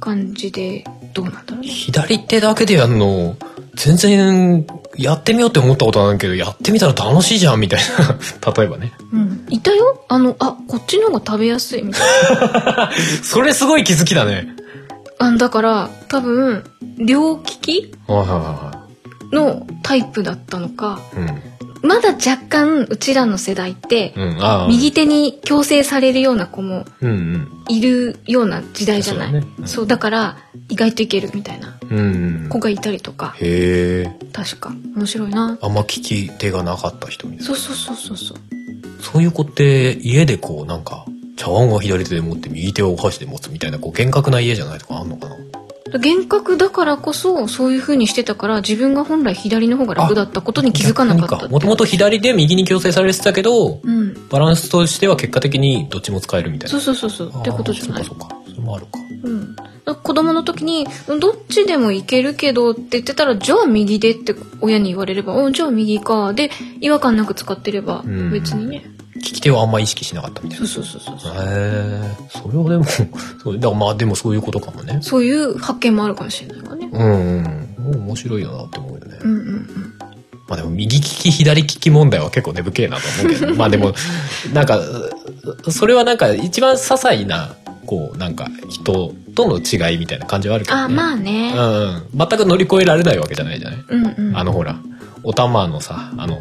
Speaker 3: 感じでどうなんだろうね。
Speaker 2: 左手だけでやるの全然やってみようって思ったことはないけどやってみたら楽しいじゃんみたいな 例えばね
Speaker 3: うん、いたよあのあこっちの方が食べやすいみたいな。
Speaker 2: それすごい気づきだね
Speaker 3: あだから多分両利き
Speaker 2: はいはいは
Speaker 3: のタイプだったのか
Speaker 2: いはい
Speaker 3: まだ若干うちらの世代って
Speaker 2: うんうんああ
Speaker 3: 右手に強制されるような子も
Speaker 2: うんうん
Speaker 3: いるような時代じゃない
Speaker 2: そ
Speaker 3: そ
Speaker 2: だ
Speaker 3: うう,、
Speaker 2: ねうん
Speaker 3: だから意外といけるみたいな
Speaker 2: うんうん
Speaker 3: 子がいたりとか
Speaker 2: へえ
Speaker 3: 確か面白いな
Speaker 2: あんま聞き手がなかった人みたいな
Speaker 3: そうそうそうそうそう
Speaker 2: そういう子って家でこうなんか茶碗を左手で持って右手をお箸で持つみたいなこう厳格な家じゃないとかあんのかな
Speaker 3: 幻覚だからこそそういう風にしてたから自分が本来左の方が楽だったことに気づかなかった
Speaker 2: もともと左で右に強制されてたけど
Speaker 3: うん
Speaker 2: バランスとしては結果的にどっちも使えるみたいな
Speaker 3: そうそうそうそう
Speaker 2: あー
Speaker 3: ってことじゃない
Speaker 2: そうかそうそれもあるか
Speaker 3: うん、子供の時に「うんどっちでも行けるけど」って言ってたら「じゃあ右で」って親に言われれば「うんじゃあ右か」で違和感なく使ってれば
Speaker 2: うん
Speaker 3: 別にね、
Speaker 2: 聞き手はあんま意識しなかったみたい
Speaker 3: そう
Speaker 2: な
Speaker 3: そうそうそうそう
Speaker 2: へえそれはでも そうだからまあでもそういうことかもね
Speaker 3: そういう発見もあるかもしれないからね
Speaker 2: うんうん面白いよなって思うよね、
Speaker 3: うんうんうん
Speaker 2: まあでも右利き左利き問題は結構根深いなと思うけ どまあでもなんかそれはなんか一番些細なこうなんか人との違いみたいな感じはあるけど、ね、
Speaker 3: あまあね
Speaker 2: うんうん、全く乗り越えられないわけじゃないじゃない、
Speaker 3: うんうん
Speaker 2: あのほらお玉のさあの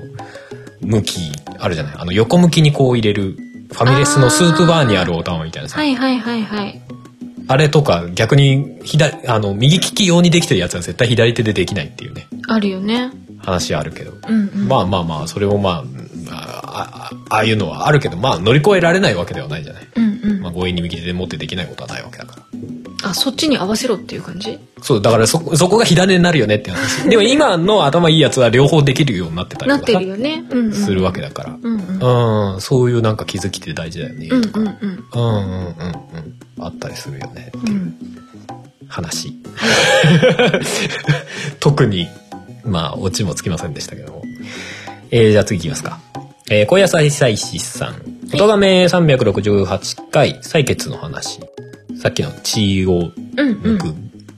Speaker 2: 向きあるじゃないあの横向きにこう入れるファミレスのスープバーにあるお玉みたいなさ
Speaker 3: はいはいはいはい
Speaker 2: あれとか逆に左あの右利き用にできてるやつは絶対左手でできないっていうね
Speaker 3: あるよね
Speaker 2: 話あるけど、
Speaker 3: うんうん
Speaker 2: まあまあまあそれをまあうんああああいうのはあるけどまあ乗り越えられないわけではないじゃない、
Speaker 3: うんうん
Speaker 2: まあ、強引に右手で持ってできないことはないわけだから
Speaker 3: あそっちに合わせろっていう感じ
Speaker 2: そうだからそそこが火種になるよねって 話でも今の頭いいやつは両方できるようになってたり
Speaker 3: なっ
Speaker 2: とか
Speaker 3: て
Speaker 2: さ
Speaker 3: るよねうんうん
Speaker 2: するわけだから、
Speaker 3: うんうん
Speaker 2: うんそういうなんか気づきって大事だよね
Speaker 3: うん
Speaker 2: とか、
Speaker 3: うんうん
Speaker 2: うん、うんうんうんあったりするよね
Speaker 3: うん
Speaker 2: 話 特にまあオチもつきませんでしたけども、えーじゃあ次いきますかえー、小野菜祭司さん「音亀368回採血の話」さっきの血を
Speaker 3: うんう
Speaker 2: 抜
Speaker 3: ん
Speaker 2: く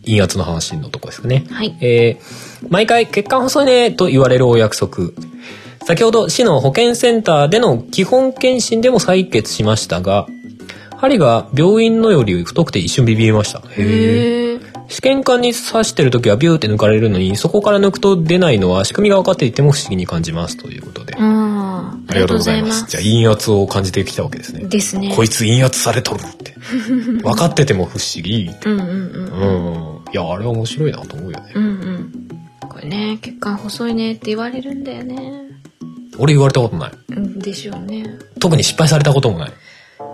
Speaker 2: 陰圧の話のとこですかね、
Speaker 3: はい
Speaker 2: えー毎回血管細いねと言われるお約束。先ほど市の保健センターでの基本検診でも採血しましたが、針が病院のより太くて一瞬ビビりました。
Speaker 3: へえ
Speaker 2: 試験管に刺してる時はビューって抜かれるのに、そこから抜くと出ないのは仕組みが分かっていても不思議に感じますということで。
Speaker 3: あーあ
Speaker 2: じゃあ陰圧を感じてきたわけですね。
Speaker 3: ですね
Speaker 2: こいつ陰圧されとる って。分かってても不思議。
Speaker 3: うんうんうん
Speaker 2: うん。いや、あれは面白いなと思うよね。
Speaker 3: うんうん。これね、血管細いねって言われるんだよね。
Speaker 2: 俺言われたことない。
Speaker 3: うんでしょうね。
Speaker 2: 特に失敗されたこともない。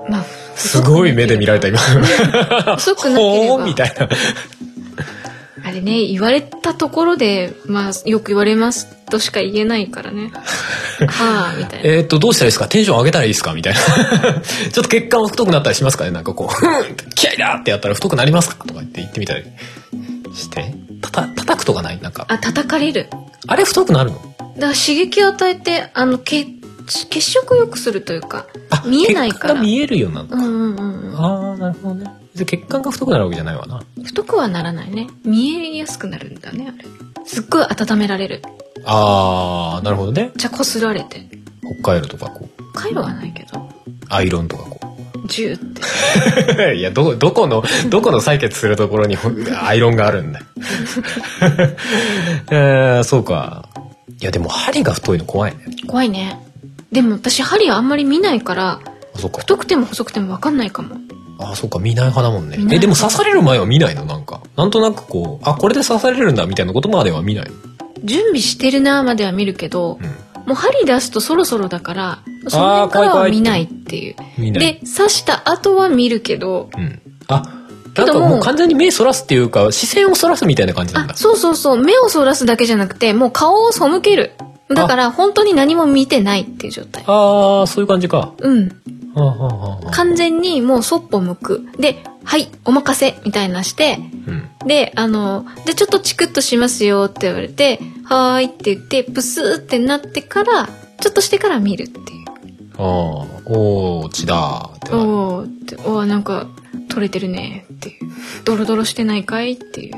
Speaker 3: まあ、
Speaker 2: すごい目で見られた今。
Speaker 3: 細くなけれ
Speaker 2: ほ
Speaker 3: ば
Speaker 2: ーみたいな。
Speaker 3: あれね、言われたところで、まあ、よく言われますとしか言えないか らね。はあ、みたいな。
Speaker 2: えーっと、どうしたらいいですかテンション上げたらいいですかみたいな。 ちょっと血管も太くなったりしますかねなんかこ う、気合いだってやったら太くなりますかとか言って言ってみたりして。たた、叩くとかないなんか。
Speaker 3: あ、叩かれる。だか
Speaker 2: あれ太くなるの
Speaker 3: ら刺激を与えて、あの、血、血色良くするというか、見えないか
Speaker 2: 血管が
Speaker 3: ら。
Speaker 2: 見えるようになる
Speaker 3: うんうんうんう
Speaker 2: あー、なるほどね。で血管が太くなるわけじゃないわな。
Speaker 3: ん。太くはならないね。見えやすくなるんだね、あれ。すっごい温められる。
Speaker 2: あー、なるほどね。
Speaker 3: じゃこすられて。
Speaker 2: 北海道とかこう、
Speaker 3: 回路はないけど、
Speaker 2: アイロンとかこう。
Speaker 3: ジューって。
Speaker 2: いや、ど、どこの、どこの採血するところにほんアイロンがあるんだよ。 えー、そうか。いや、でも針が太いの怖いね。
Speaker 3: 怖いねでも私針あんまり見ないから
Speaker 2: あ、そっか。
Speaker 3: 太くても細くても分かんないかも
Speaker 2: あ、そっか、見ない派だもんね
Speaker 3: 見な。い
Speaker 2: え、でも刺される前は見ないのなんか。なんとなくこう、あ、これで刺されるんだみたいなことまでは見ない。
Speaker 3: 準備してるなーまでは見るけど、
Speaker 2: うん。
Speaker 3: もう針出すとそろそろだからその辺か
Speaker 2: 怖い
Speaker 3: ら
Speaker 2: 怖
Speaker 3: はい見ないっていう
Speaker 2: 見ない。
Speaker 3: で刺した後は見るけど
Speaker 2: うん。あ、な
Speaker 3: け
Speaker 2: んか
Speaker 3: ども
Speaker 2: もう完全に目そらすっていうか、視線をそらすみたいな感じなん
Speaker 3: あ
Speaker 2: だ。
Speaker 3: そうそうそう目をそらすだけじゃなくてもう顔を背けるだから本当に何も見てないっていう状態
Speaker 2: あー、そういう感じか。は
Speaker 3: うん
Speaker 2: あ、はあはあはあ、
Speaker 3: 完全にもうそっぽ向くで「はいお任せ」みたいなして
Speaker 2: うん。
Speaker 3: で、あの、で、ちょっとチクッとしますよって言われて、はーいって言って、プスーってなってから、ちょっとしてから見るっていう。
Speaker 2: あー、おー、血だーってなる。
Speaker 3: おーって、おーなんか、取れてるねっていう。ドロドロしてないかいっていう。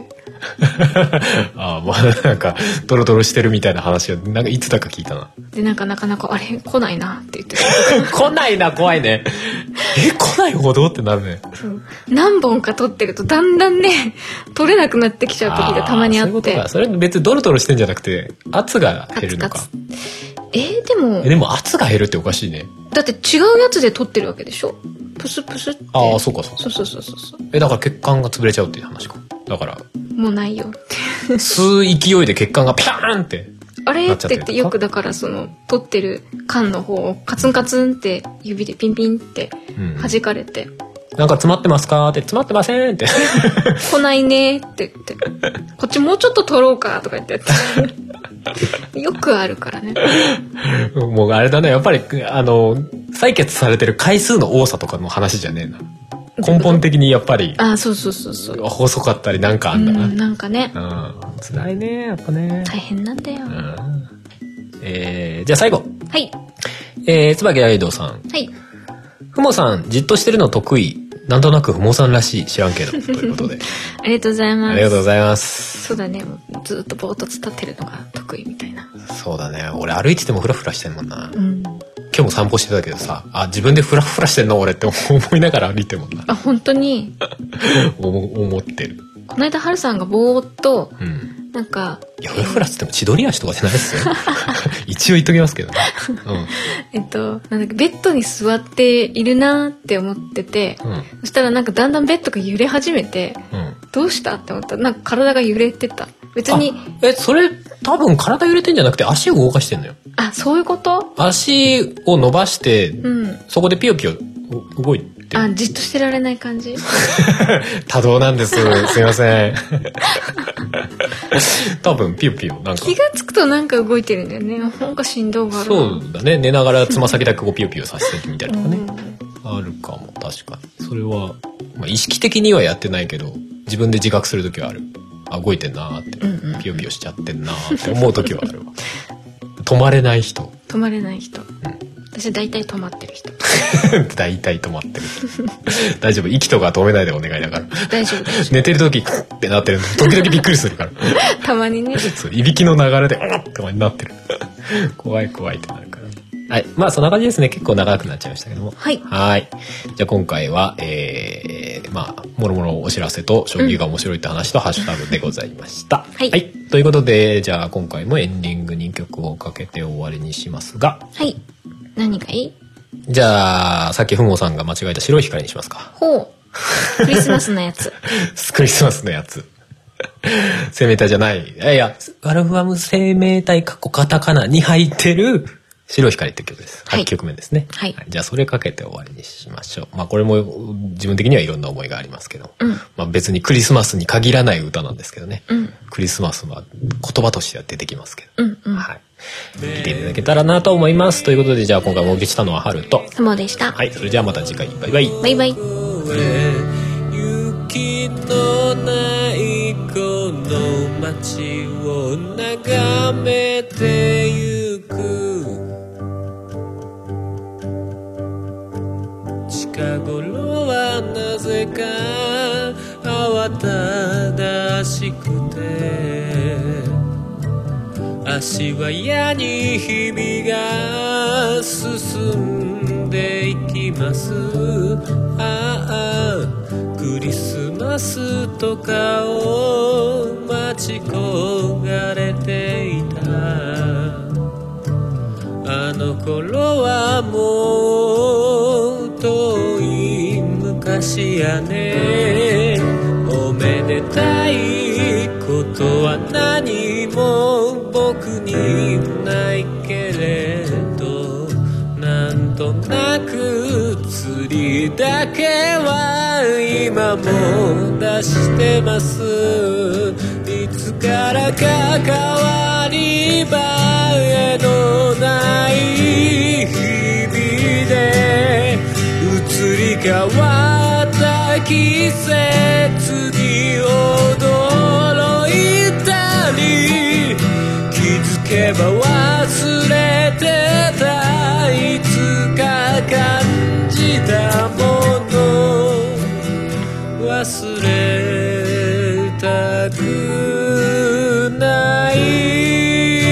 Speaker 2: ああ、まあなんか、ドロドロしてるみたいな話を、なんかいつだか聞いたな。
Speaker 3: で、なんかなかなか、あれ来ないなって言って
Speaker 2: 来ないな、怖いね。 え、来ないほどってなるね。
Speaker 3: そう何本か取ってると、だんだんね、 取れなくなってきちゃう時がたまにあ
Speaker 2: ーそういう
Speaker 3: っ
Speaker 2: こと
Speaker 3: て。
Speaker 2: か。それ別にドロドロしてんじゃなくて、圧が減るのか
Speaker 3: カ。ツカツえーでも
Speaker 2: え、でも圧が減るっておかしいね。
Speaker 3: だって違うやつで取ってるわけでしょプスプスって。
Speaker 2: ああ、そうかそうか。
Speaker 3: そうそうそうそうそう。
Speaker 2: え、だから血管が潰れちゃうっていう話か。だから、
Speaker 3: もうないよって。
Speaker 2: 吸う勢いで血管がピャーンって。
Speaker 3: あれ
Speaker 2: なっ
Speaker 3: っ
Speaker 2: ちゃ
Speaker 3: て
Speaker 2: って
Speaker 3: 言
Speaker 2: る
Speaker 3: ってよくだからその取ってる缶の方をカツンカツンって指でピンピンって
Speaker 2: うん。なん
Speaker 3: 弾かれて「
Speaker 2: か詰まってますかって、詰まってませんって。
Speaker 3: 来ないね」って言って「こっちもうちょっと取ろうか」とか 言ってやってよくあるからね
Speaker 2: もうあれだね、やっぱり、あの、採血されてる回数の多さとかの話じゃねえな。根本的にやっぱり
Speaker 3: あそうそうそうそう
Speaker 2: 細かったりなんかあ
Speaker 3: うん
Speaker 2: だな、うん
Speaker 3: んなんかね
Speaker 2: 辛いねやっぱね、
Speaker 3: 大変なんだ
Speaker 2: う
Speaker 3: よは
Speaker 2: んえー、じゃあ最後
Speaker 3: い
Speaker 2: えー、椿大道さん
Speaker 3: はい
Speaker 2: ふもさんじっとしてるの得意なんとなくふもさんらしい知らんけ どということで
Speaker 3: ありがとうございます
Speaker 2: ありがとうございます
Speaker 3: そうだねずっとぼーっと突っ立ってるのが得意みたいな
Speaker 2: そうだね俺歩いててもフラフラしてんもんな
Speaker 3: うん
Speaker 2: 今日も散歩してたけどさあ自分でフラフラしてんの俺って思いながら歩いてるもんな
Speaker 3: あ本当に
Speaker 2: 思思ってる
Speaker 3: この間ハルさんがぼーっと
Speaker 2: うん
Speaker 3: なん か
Speaker 2: いや、フラフラっつっても千鳥足とかじゃないです よ。一応言っときますけどね。
Speaker 3: えっとなんだっけベッドに座っているなーって思ってて
Speaker 2: うん。うん。
Speaker 3: そしたらなんかだんだんベッドが揺れ始めて
Speaker 2: うん。
Speaker 3: どうしたって思ったらなんか体が揺れてた別に
Speaker 2: あえ、それ、多分体揺れてんじゃなくて足を動かしてんのよ。
Speaker 3: あそういうこと
Speaker 2: 足を伸ばして、
Speaker 3: うん
Speaker 2: そこでピヨピヨお動いてる
Speaker 3: あじっとしてられない感じ
Speaker 2: 多動なん です。すいません。多分ピヨピヨ、なんか
Speaker 3: 気。がつくとなんか動いてるんだよねなんか振動があるな
Speaker 2: そうだね。寝ながらつま先だけこうピヨピヨさせてみたいなのが
Speaker 3: う
Speaker 2: ね。
Speaker 3: ん
Speaker 2: あるかも、確かに。それは、まあ、意識的にはやってないけど、自分で自覚するときはある。あ、動いてんなーって。
Speaker 3: うんうん
Speaker 2: ピヨピヨしちゃってんなーって思う時はあるわ止まれない人
Speaker 3: 止まれない人私は大体止まって る人
Speaker 2: 大体止まってる大丈夫息とか止めないでお願いだから
Speaker 3: 大丈夫大丈
Speaker 2: 寝てる時クッってなってるの時々びっくりするから
Speaker 3: 夫たまにね
Speaker 2: そういびきの流れでうんってなってる怖い怖いってなるからはいまあそんな感じですね結構長くなっちゃいましたけども
Speaker 3: はい
Speaker 2: はいじゃあ今回はえー、まあもろもろお知らせと将棋が面白いって話とハッシュタグでございました、
Speaker 3: はい
Speaker 2: ということでじゃあ今回もエンディングに曲をかけて終わりにしますが
Speaker 3: はい何がいい
Speaker 2: じゃあ、さっきふもさんが間違えた白い光にしますか。
Speaker 3: ほうクリスマスのやつ
Speaker 2: クリ スマスのやつ。生命体じゃない。いやいや、アルファム生命体過去カタカナに入ってる白い光って曲です。
Speaker 3: はい
Speaker 2: 8曲目ですね。
Speaker 3: はい
Speaker 2: じゃあ、それかけて終わりにしましょう。まあ、これも自分的にはいろんな思いがありますけど。
Speaker 3: うん
Speaker 2: まあ、別にクリスマスに限らない歌なんですけどね。
Speaker 3: うん
Speaker 2: クリスマスは言葉としては出てきますけど。
Speaker 3: うんうん
Speaker 2: はい。見ていただけたらなと思います。ということで、じゃあ今回もお送りしたのは春と。
Speaker 3: 相撲でした、
Speaker 2: はい、それじゃあまた次回。バイバイ。
Speaker 3: バイバイ
Speaker 4: 雪のないこの街を眺めてゆく近頃はなぜか慌ただしくて足は矢に日々が進んでいきますああクリスマスとかを待ち焦がれていたあの頃はもう遠い昔やねおめでたいことは何も僕にないけれどなんとなく釣りだけは今も出してますいつからか変わり映えのない日々で移り変わった季節に驚いたり気づけば忘れてたいつか感じたもの忘れたくないメ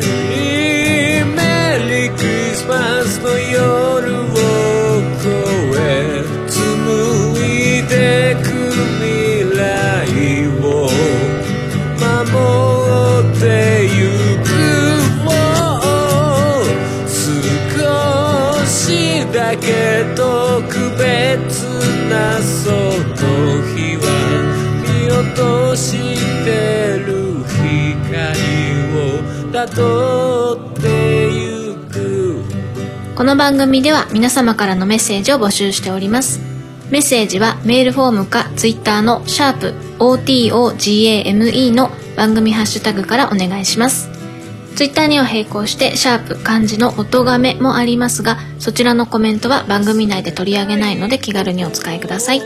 Speaker 4: リーメリークリスマスの夜を越え紡いでく未来を守ってゆくもう少しだけ特別なその日は見落としてる光をたどってゆく
Speaker 3: この番組では皆様からのメッセージを募集しております。メッセージはメールフォームかツイッターのシャープ o t o g a m e の番組ハッシュタグからお願いします。ツイッターには並行して、シャープ漢字の音がめもありますが、そちらのコメントは番組内で取り上げないので気軽にお使いください。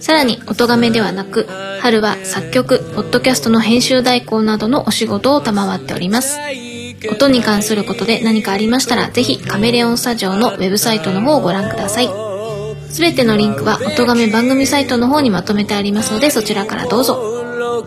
Speaker 3: さらに、音がめではなく、春は作曲、ポッドキャストの編集代行などのお仕事を賜っております。音に関することで何かありましたら、ぜひカメレオンスタジオのウェブサイトの方をご覧ください。すべてのリンクは音がめ番組サイトの方にまとめてありますので、そちらからどうぞ。
Speaker 4: ろ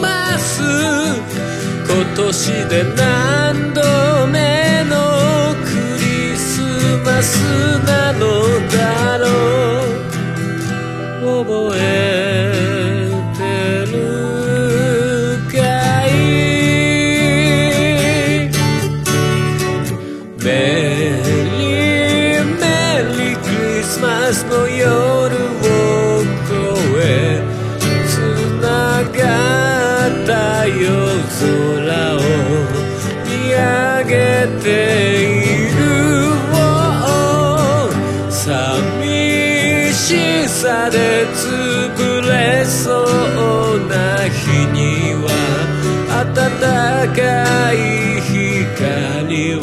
Speaker 4: ます今年で何度目のクリスマスなのだろう覚えてるかいメリーメリークリスマスの夜を越えつながった夜空を見上げている Oh 寂しさで潰れそうな日には暖かい光を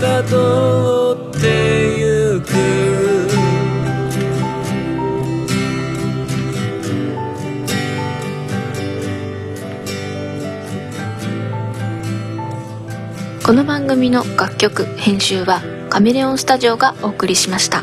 Speaker 4: たどってゆく
Speaker 3: この番組の楽曲編集はカメレオンスタジオがお送りしました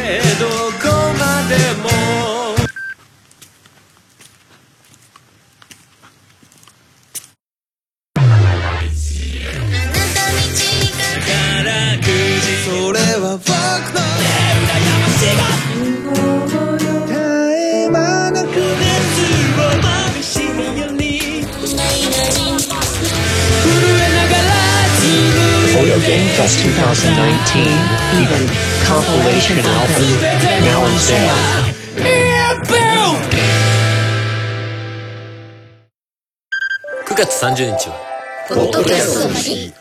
Speaker 4: どこまでも宝くじそれは僕の絶え間なく熱をまぶしみように震えながら紡ぐ
Speaker 5: Photo Game Fest 2019, even compilation album, now on sale.
Speaker 4: Boom!
Speaker 1: 9月30日は
Speaker 3: ポッドキャストの日